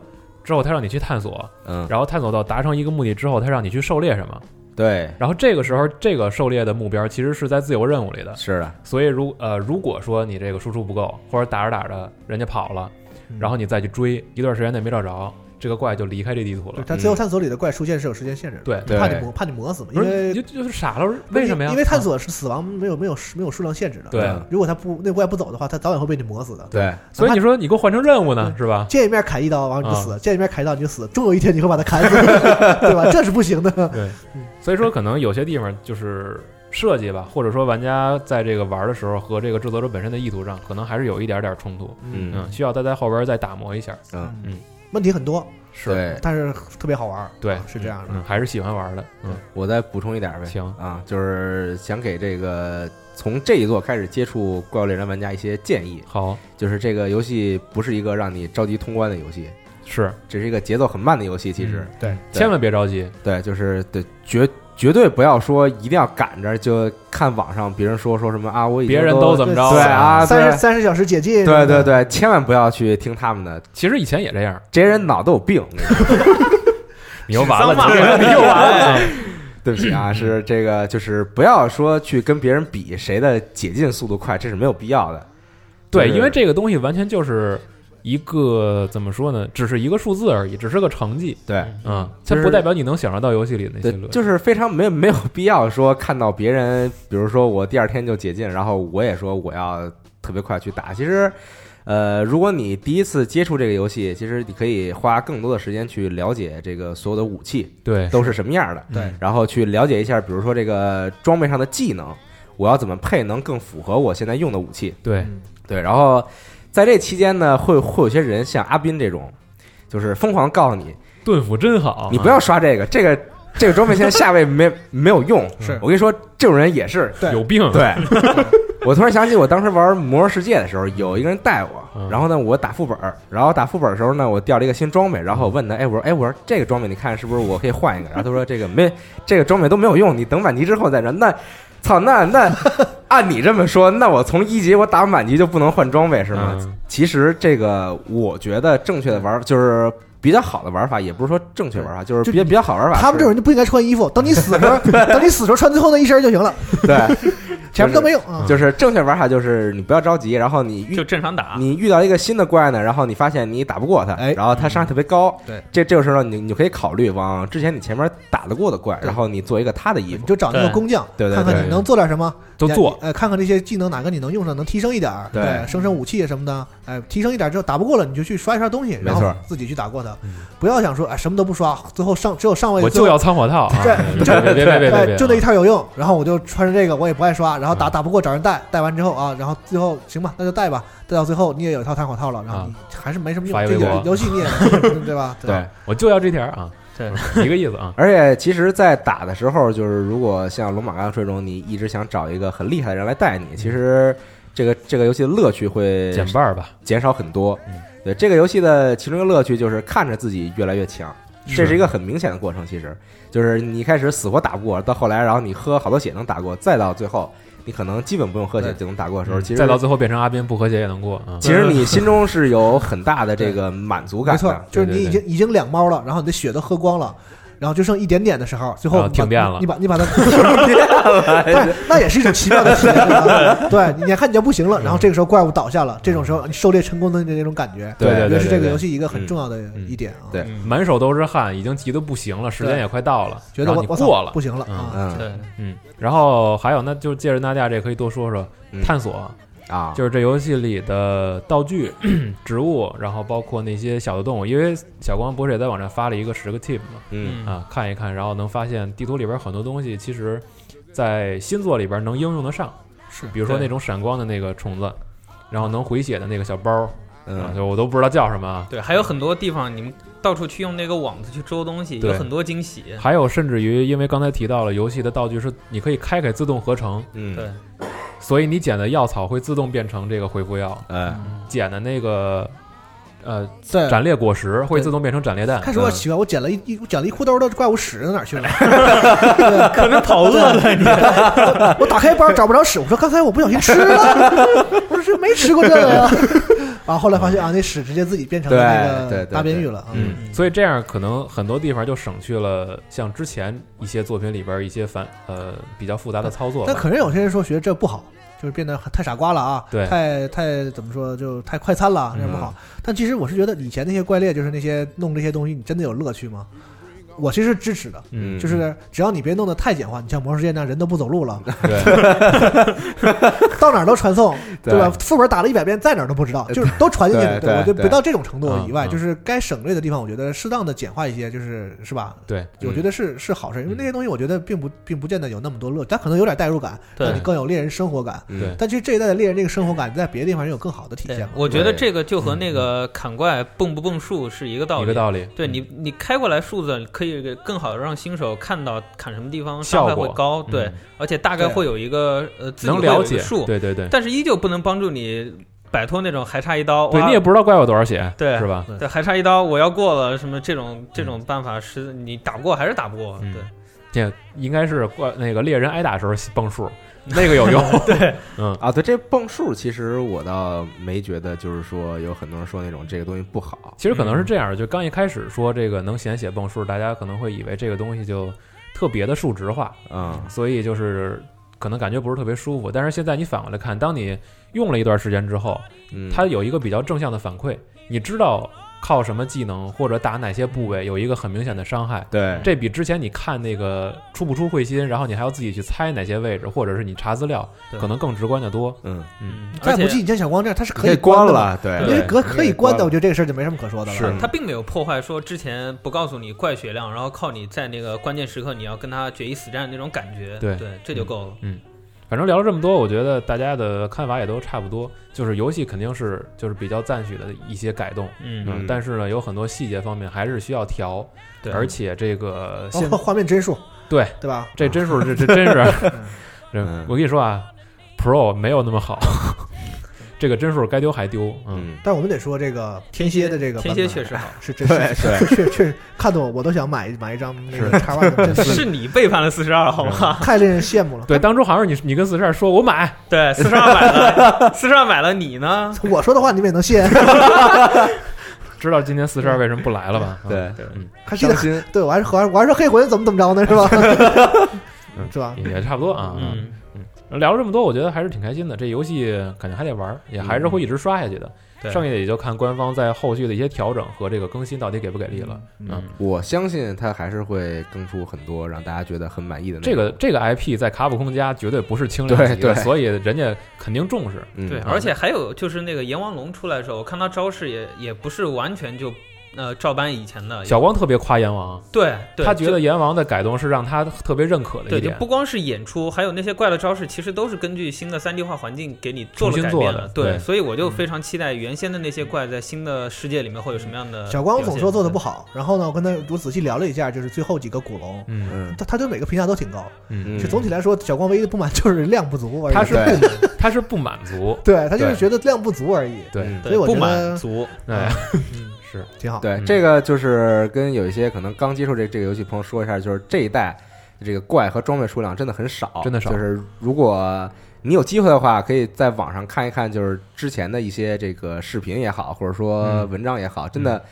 A: 之后，他让你去探索，
B: 嗯，
A: 然后探索到达成一个目的之后，他让你去狩猎什么。
B: 对，
A: 然后这个时候，这个狩猎的目标其实是在自由任务里的。
B: 是的，
A: 所以如呃，如果说你这个输出不够，或者打着打着人家跑了，
C: 嗯
A: 然后你再去追，一段时间内没找着，这个怪就离开这地图
C: 对
A: 了。
C: 它最后探索里的怪出现是有时间限制的，
A: 对
B: 对
C: 怕你磨怕你磨死嘛，因
A: 不是
C: 为
A: 你就就是傻了，为什么呀？
C: 因为探
A: 啊
C: 索是死亡没有没有没有数量限制的。
A: 对
B: 嗯
C: 如果他不那怪不走的话，他早晚会被你磨死的。
B: 对，
A: 所以你说你给我换成任务呢，
C: 对
A: 是吧？
C: 见一面砍一刀，完了你就
B: 啊
C: 死；见一面砍一刀你就死，终有一天你会把他砍 死，对吧？这是不行的。
A: 对
C: 嗯，
A: 所以说可能有些地方就是设计吧，或者说玩家在这个玩的时候和这个制作者本身的意图上，可能还是有一点点冲突，
B: 嗯
A: 嗯，需要再在后边再打磨一下。
B: 嗯，
A: 嗯，
C: 问题很多，
A: 是，
B: 对，
C: 但是特别好玩儿。
A: 对
C: 啊，是这样的。
A: 嗯，还是喜欢玩的，嗯，
B: 我再补充一点呗。
A: 行
B: 啊，就是想给这个从这一座开始接触《怪物猎人》玩家一些建议，
A: 好，
B: 就是这个游戏不是一个让你着急通关的游戏，
A: 是，
B: 这是一个节奏很慢的游戏。其
A: 嗯
B: 实，
C: 对，
B: 对
A: 千万别着急，
B: 对，就是对绝绝对不要说一定要赶着，就看网上别人说说什么啊，我已经
A: 别人
B: 都
A: 都怎么着，
B: 对啊
C: 三
B: 对
C: 十三十小时解禁，
B: 对对对，千万不要去听他们的，
A: 其实以前也这样，
B: 这些人脑子 有病。那个
A: 你又完了，
D: 指桑骂
A: 你
D: 槐
A: 又你又完了，
B: 对不起啊，是这个，就是不要说去跟别人比谁的解禁速度快，这是没有必要的。
A: 对，
B: 就是
A: 因为这个东西完全就是。一个怎么说呢？只是一个数字而已，只是个成绩，
B: 对，
A: 嗯，它
B: 就是
A: 不代表你能享受到游戏里的那些
B: 对
A: 乐，趣。
B: 就是非常没有没有必要说看到别人，比如说我第二天就解禁，然后我也说我要特别快去打。其实，呃，如果你第一次接触这个游戏，其实你可以花更多的时间去了解这个所有的武器
A: 对，
B: 都是什么样的，
A: 对
B: 然后去了解一下，比如说这个装备上的技能，我要怎么配能更符合我现在用的武器。
A: 对，
C: 嗯，
B: 对，然后在这期间呢，会会有些人像阿斌这种，就是疯狂告诉你，
A: 盾斧真好啊，
B: 你不要刷这个，这个这个装备现在下位没没有用。
C: 是
B: 我跟你说，这种人也是
C: 对
A: 有 病，啊
B: 对。我突然想起我当时玩《魔兽世界》的时候，有一个人带我
A: 嗯，
B: 然后呢，我打副本儿，然后打副本儿的时候呢，我掉了一个新装备，然后我问他，哎，我说，哎，我说这个装备你看是不是我可以换一个？然后他说这个没，这个装备都没有用，你等满级之后再说。那，操，那那按你这么说，那我从一级我打满级就不能换装备是吗？
A: 嗯
B: 其实这个我觉得正确的玩就是比较好的玩法，也不是说正确玩法，就是
C: 就
B: 比较比较好玩法是。
C: 他们这种人就不应该穿衣服，等你死的 时候，等你死的时候穿最后那一身就行了，
B: 对，
C: 什么都没
B: 有。
C: 用啊。
B: 就是正确玩法就是你不要着急，然后你
D: 就
B: 遇
D: 正常打。
B: 你遇到一个新的怪呢，然后你发现你打不过他，
C: 哎
B: 然后他伤害特别高，
C: 对，
B: 这这个时候你你就可以考虑往之前你前面打得过的怪，
C: 对
B: 然后你做一个他的衣
C: 你
B: 服。
C: 就找那个工匠，
B: 对对对
C: 看看
A: 对
C: 你能做点什么，
A: 都做，
C: 呃，看看这些技能哪个你能用上，能提升一点儿，
B: 对
C: 对，升升武器什么的，哎，提升一点之后打不过了，你就去刷一刷东西，
B: 没
C: 然
B: 错
C: 后自己去打过它，不要想说哎什么都不刷，最后上只有上位，
A: 嗯我就要苍火套啊！
C: 这
A: 别别别别别
C: 哎
A: 别，
C: 就那一套有用，然后我就穿着这个，我也不爱刷，
A: 嗯
C: 然后打打不过找人带，带完之后啊，然后最后行吧，那就带吧，带到最后你也有一套炭火套了，然后你还是没什么用
A: 啊发，一
C: 这
A: 微博
C: 游游戏你也对 吧？
B: 对，
A: 我就要这条啊，
D: 对
A: 嗯，一个意思啊，
B: 而且其实，在打的时候，就是如果像龙马刚才说这种，你一直想找一个很厉害的人来带你，其实这个这个游戏的乐趣会
A: 减半儿吧，
B: 减少很多
A: 嗯。
B: 对这个游戏的其中一个乐趣就是看着自己越来越强，这是一个很明显的过程。其实就是你一开始死活打不过，到后来然后你喝好多血能打过，再到最后你可能基本不用喝血
C: 对
B: 就能打过的时候，
A: 嗯
B: 其实
A: 再到最后变成阿斌不和谐也能过啊。
B: 其实你心中是有很大的 这个满足感
C: 没错
B: 的，。
C: 就是
A: 对对
C: 你已
A: 对
C: 经已经两猫了，然后你的血都喝光了。然后就剩一点点的时候，最后
A: 然后
C: 你把
A: 停电了
C: 你把 你把它停电了，对，那也是一种奇妙的体验，对 吧对，你眼看你就不行了，然后这个时候怪物倒下了，这种时候你狩猎成功的那种感觉，
A: 对对
C: 我
A: 对
C: 觉得是这个
B: 对
C: 游戏一个很重要的
A: 嗯
C: 一点啊，
B: 对
D: 嗯，
A: 满手都是汗，已经急得不行了，时间也快到了，
C: 觉得
A: 然后
C: 我
A: 你
C: 我
A: 过
C: 操
A: 了
C: 不，行了
A: 嗯
C: 啊，
B: 嗯
D: 对，
A: 嗯。然后还有，那就借着娜迪亚这可以多说说
B: 嗯
A: 探索，
B: 啊，
A: 就是这游戏里的道具、 植物，然后包括那些小的动物，因为小光不是也在网站发了一个十个 tip 嘛，
B: 嗯
D: 嗯
A: 啊，看一看，然后能发现地图里边很多东西，其实，在新作里边能应用得上，
C: 是
A: 比如说
D: 对
A: 那种闪光的那个虫子，然后能回血的那个小包，啊，
B: 嗯，
A: 就我都不知道叫什么啊。
D: 对，还有很多地方你们到处去用那个网子去捉东西，
A: 对
D: 有很多惊喜。
A: 还有，甚至于因为刚才提到了游戏的道具是你可以开开自动合成，
B: 嗯，
D: 对，
A: 所以你捡的药草会自动变成这个回复药，
B: 哎，
A: 捡的那个呃
C: 在
A: 斩裂果实会
C: 对
A: 自动变成斩裂弹。
C: 开始我
A: 嗯
C: 奇怪，我捡了一一我捡了一裤兜的怪物屎到哪儿去了？
D: 可能跑饿了你。
C: 我打开包找不着屎，我说刚才我不小心吃了，我说这没吃过这个呀。 啊，后来发现啊，那屎直接自己变成了那
B: 对
C: 个
B: 对对
C: 大便浴了。啊
A: 嗯，所以这样可能很多地方就省去了像之前一些作品里边一些繁呃比较复杂的操作吧。
C: 但可能有些人说觉得这不好，就是变得很太傻瓜了啊，
A: 对
C: 太太怎么说就太快餐了啊，这样不好。但其实我是觉得以前那些怪猎，就是那些弄这些东西，你真的有乐趣吗？我其实是支持的，
A: 嗯，
C: 就是只要你别弄得太简化，你像魔兽世界那样人都不走路了，
A: 对，
C: 到哪儿都传送，
B: 对
C: 对吧？副本打了一百遍，在哪儿都不知道，就是都传进去。
B: 对
C: 对，我
B: 对
C: 就
B: 对
C: 不到这种程度以外，
A: 嗯嗯
C: 就是该省略的地方，我觉得适当的简化一些，就是是吧？
A: 对，嗯
C: 我觉得是是好事，因为那些东西我觉得并不并不见得有那么多乐，但可能有点代入感，
D: 对
C: 让你更有猎人生活感。
B: 嗯
A: 对
C: 但其实这一代的猎人这个生活感，在别的地方也有更好的体现
D: 对
C: 嘛。
D: 我觉得
B: 对
D: 这个就和那个砍怪蹦不蹦树是一个道
A: 嗯一
D: 理
A: 个。道理。嗯
D: 对你，你开过来数字可以给更好的让新手看到砍什么地方伤
A: 效
D: 害
A: 果
D: 会高，对，
A: 嗯
D: 而且大概
C: 对
D: 会有一个呃自己
A: 能
D: 会有
A: 了
D: 一个
A: 解
D: 数，
A: 对对对，
D: 但是依旧不能帮助你摆脱那种还差一刀，
A: 对
D: 哇
A: 你也不知道怪我多少血，
D: 啊对
A: 是吧？
D: 对还差一刀我要过了什么这种这种办法是你打不过还是打不过，
A: 嗯
D: 对。
A: 这应该是怪那个猎人挨打时候蹦数，那个有 用。
D: 对，
A: 嗯，
B: 啊，对，这蹦数其实我倒没觉得，就是说有很多人说那种这个东西不好，
A: 其实可能
D: 嗯
A: 是这样，就刚一开始说这个能显血蹦数，大家可能会以为这个东西就特别的数值化，
B: 嗯
A: 所以就是可能感觉不是特别舒服。但是现在你反过来看，当你用了一段时间之后，
B: 嗯，
A: 它有一个比较正向的反馈，你知道靠什么技能或者打哪些部位有一个很明显的伤害。
B: 对
A: 这比之前你看那个出不出会心，然后你还要自己去猜哪些位置，或者是你查资料，
D: 对
A: 可能更直观的多。
B: 嗯，
A: 嗯，
D: 嗯，
C: 再
D: 而
C: 不济，
D: 且
C: 你像小光这样，他是
B: 可以
C: 以
B: 关
C: 的嘛，
B: 了，对
C: 你
A: 对
C: 是可可以关
B: 关
C: 的，
B: 了
C: 我觉得这个事儿就没什么可说的了。
B: 是
D: 它并没有破坏说之前不告诉你怪血量，然后靠你在那个关键时刻你要跟他决一死战的那种感觉，
A: 对
D: 对，这就够了。
A: 反正聊了这么多，我觉得大家的看法也都差不多。就是游戏肯定是就是比较赞许的一些改动，
D: 嗯，
A: 但是呢，有很多细节方面还是需要调，
D: 对，
A: 而且这个
C: 包
A: 现
C: 括画面帧数，
A: 对
C: 对吧？
A: 这帧数这这真 是，这
B: 嗯
A: 我跟你说啊，Pro 没有那么好，这个帧数该丢还丢，嗯，
B: 嗯，
C: 但我们得说这个天蝎的这个
D: 天
C: 版
D: 蝎
C: 本
D: 确实好，
C: 是真是
B: 对对，
C: 确确实看得我我都想买买一张那个叉 Y 的，真
D: 是你背叛了四十二，好吗？
C: 太令人羡慕了。
A: 对，当初好像是你你跟四十二说我买，
D: 对，四十二买 了，四十二买了，你呢？
C: 我说的话你们也能信，
A: 知道今天四十二为什么不来了吧？嗯，
B: 对，
C: 还记
B: 伤
C: 得
B: 心，
C: 对，我还是我还我还说黑魂怎么怎么着呢，是吧？ 是吧？
A: 也也差不多啊。嗯
D: 嗯，
A: 聊了这么多，我觉得还是挺开心的。这游戏感觉还得玩儿，也还是
B: 嗯
A: 会一直刷下去的。
D: 对，
A: 剩下的也就看官方在后续的一些调整和这个更新到底给不给力了。
D: 嗯，
B: 我相信他还是会更出很多让大家觉得很满意的内
A: 这
B: 容，
A: 个这个 IP 在卡普空家绝对不是轻量级的，
B: 对对
A: 所以人家肯定重视。
B: 嗯
D: 对，而且还有就是那个阎王龙出来的时候，我看他招式也也不是完全就呃照搬以前
B: 啊
D: 的，
A: 小光特别夸阎王，
D: 对，对
A: 他觉得
D: 就
A: 阎王的改动是让他特别认可的
D: 对，
A: 一
D: 就
A: 点
D: 不。光是演出，还有那些怪的招式，其实都是根据新的三 D 化环境给你做了
A: 重新
D: 改
A: 做
D: 变
A: 的
D: 了。对，
A: 对
D: 所以我就非常期待原先的那些怪在新的世界里面会有什么样的表现。
C: 小光总说做的不好，然后呢，我跟他我仔细聊了一下，就是最后几个古龙，
A: 嗯
B: 嗯
C: 他他对每个评价都挺高。
A: 嗯，
B: 嗯
C: 就总体来说，小光唯一的不满就是量不足而已。
A: 他是
B: 对
A: 不满，他是不满 足。
C: 对他就是
B: 对
C: 觉得量不足而已，
A: 对，
B: 嗯
C: 所以
D: 对
C: 我
D: 不
C: 觉得
D: 满足，
A: 哎，
C: 嗯
A: 是
C: 挺好。
B: 对，
A: 嗯
B: 这个就是跟有一些可能刚接触这这个游戏朋友说一下，就是这一代这个怪和装备数量真的很少，
A: 真的少
B: 就是如果你有机会的话，可以在网上看一看，就是之前的一些这个视频也好，或者说
A: 嗯
B: 文章也好，真的。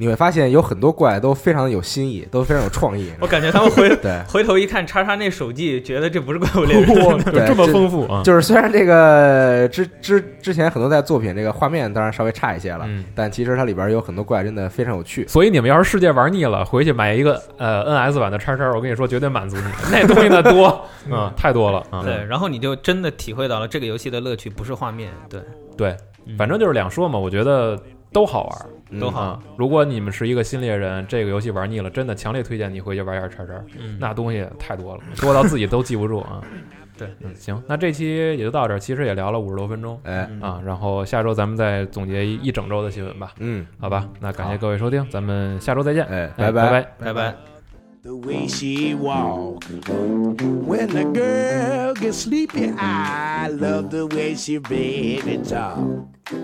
B: 你会发现有很多怪都非常的有新意，都非常有创意。
D: 我感觉他们回
B: 对
D: 回头一看叉叉那手记，觉得这不是怪物 猎人。
A: 哇，
B: 对
A: 这么
B: 这
A: 丰富啊！
B: 就是虽然这个之之之前很多代作品这个画面当然稍微差一些了，
A: 嗯
B: 但其实它里边有很多怪真的非常有趣。
A: 所以你们要是世界玩腻了，回去买一个呃 NS 版的叉叉，我跟你说绝对满足你。 那东西呢多，嗯，太多了啊。
D: 对，然后你就真的体会到了这个游戏的乐趣，不是画面，对，嗯
A: 对，反正就是两说嘛，我觉得都好玩儿
B: 嗯
D: 都好
A: 啊。如果你们是一个新猎人，这个游戏玩腻了，真的强烈推荐你回去玩一下叉叉，
D: 嗯，
A: 那东西太多了，多到自己都记不住 啊。
D: 对
A: 嗯，行，那这期也就到这儿，其实也聊了五十多分钟
B: 哎，
D: 嗯
A: 啊。然后下周咱们再总结一一整周的新闻吧，
B: 嗯，
A: 好吧？那感谢各位收听，咱们下周再见，
B: 哎，
A: 哎
B: 拜
A: 拜拜。
D: 拜拜。
E: The way she walk when the girl gets sleepy, I love the way she baby talk.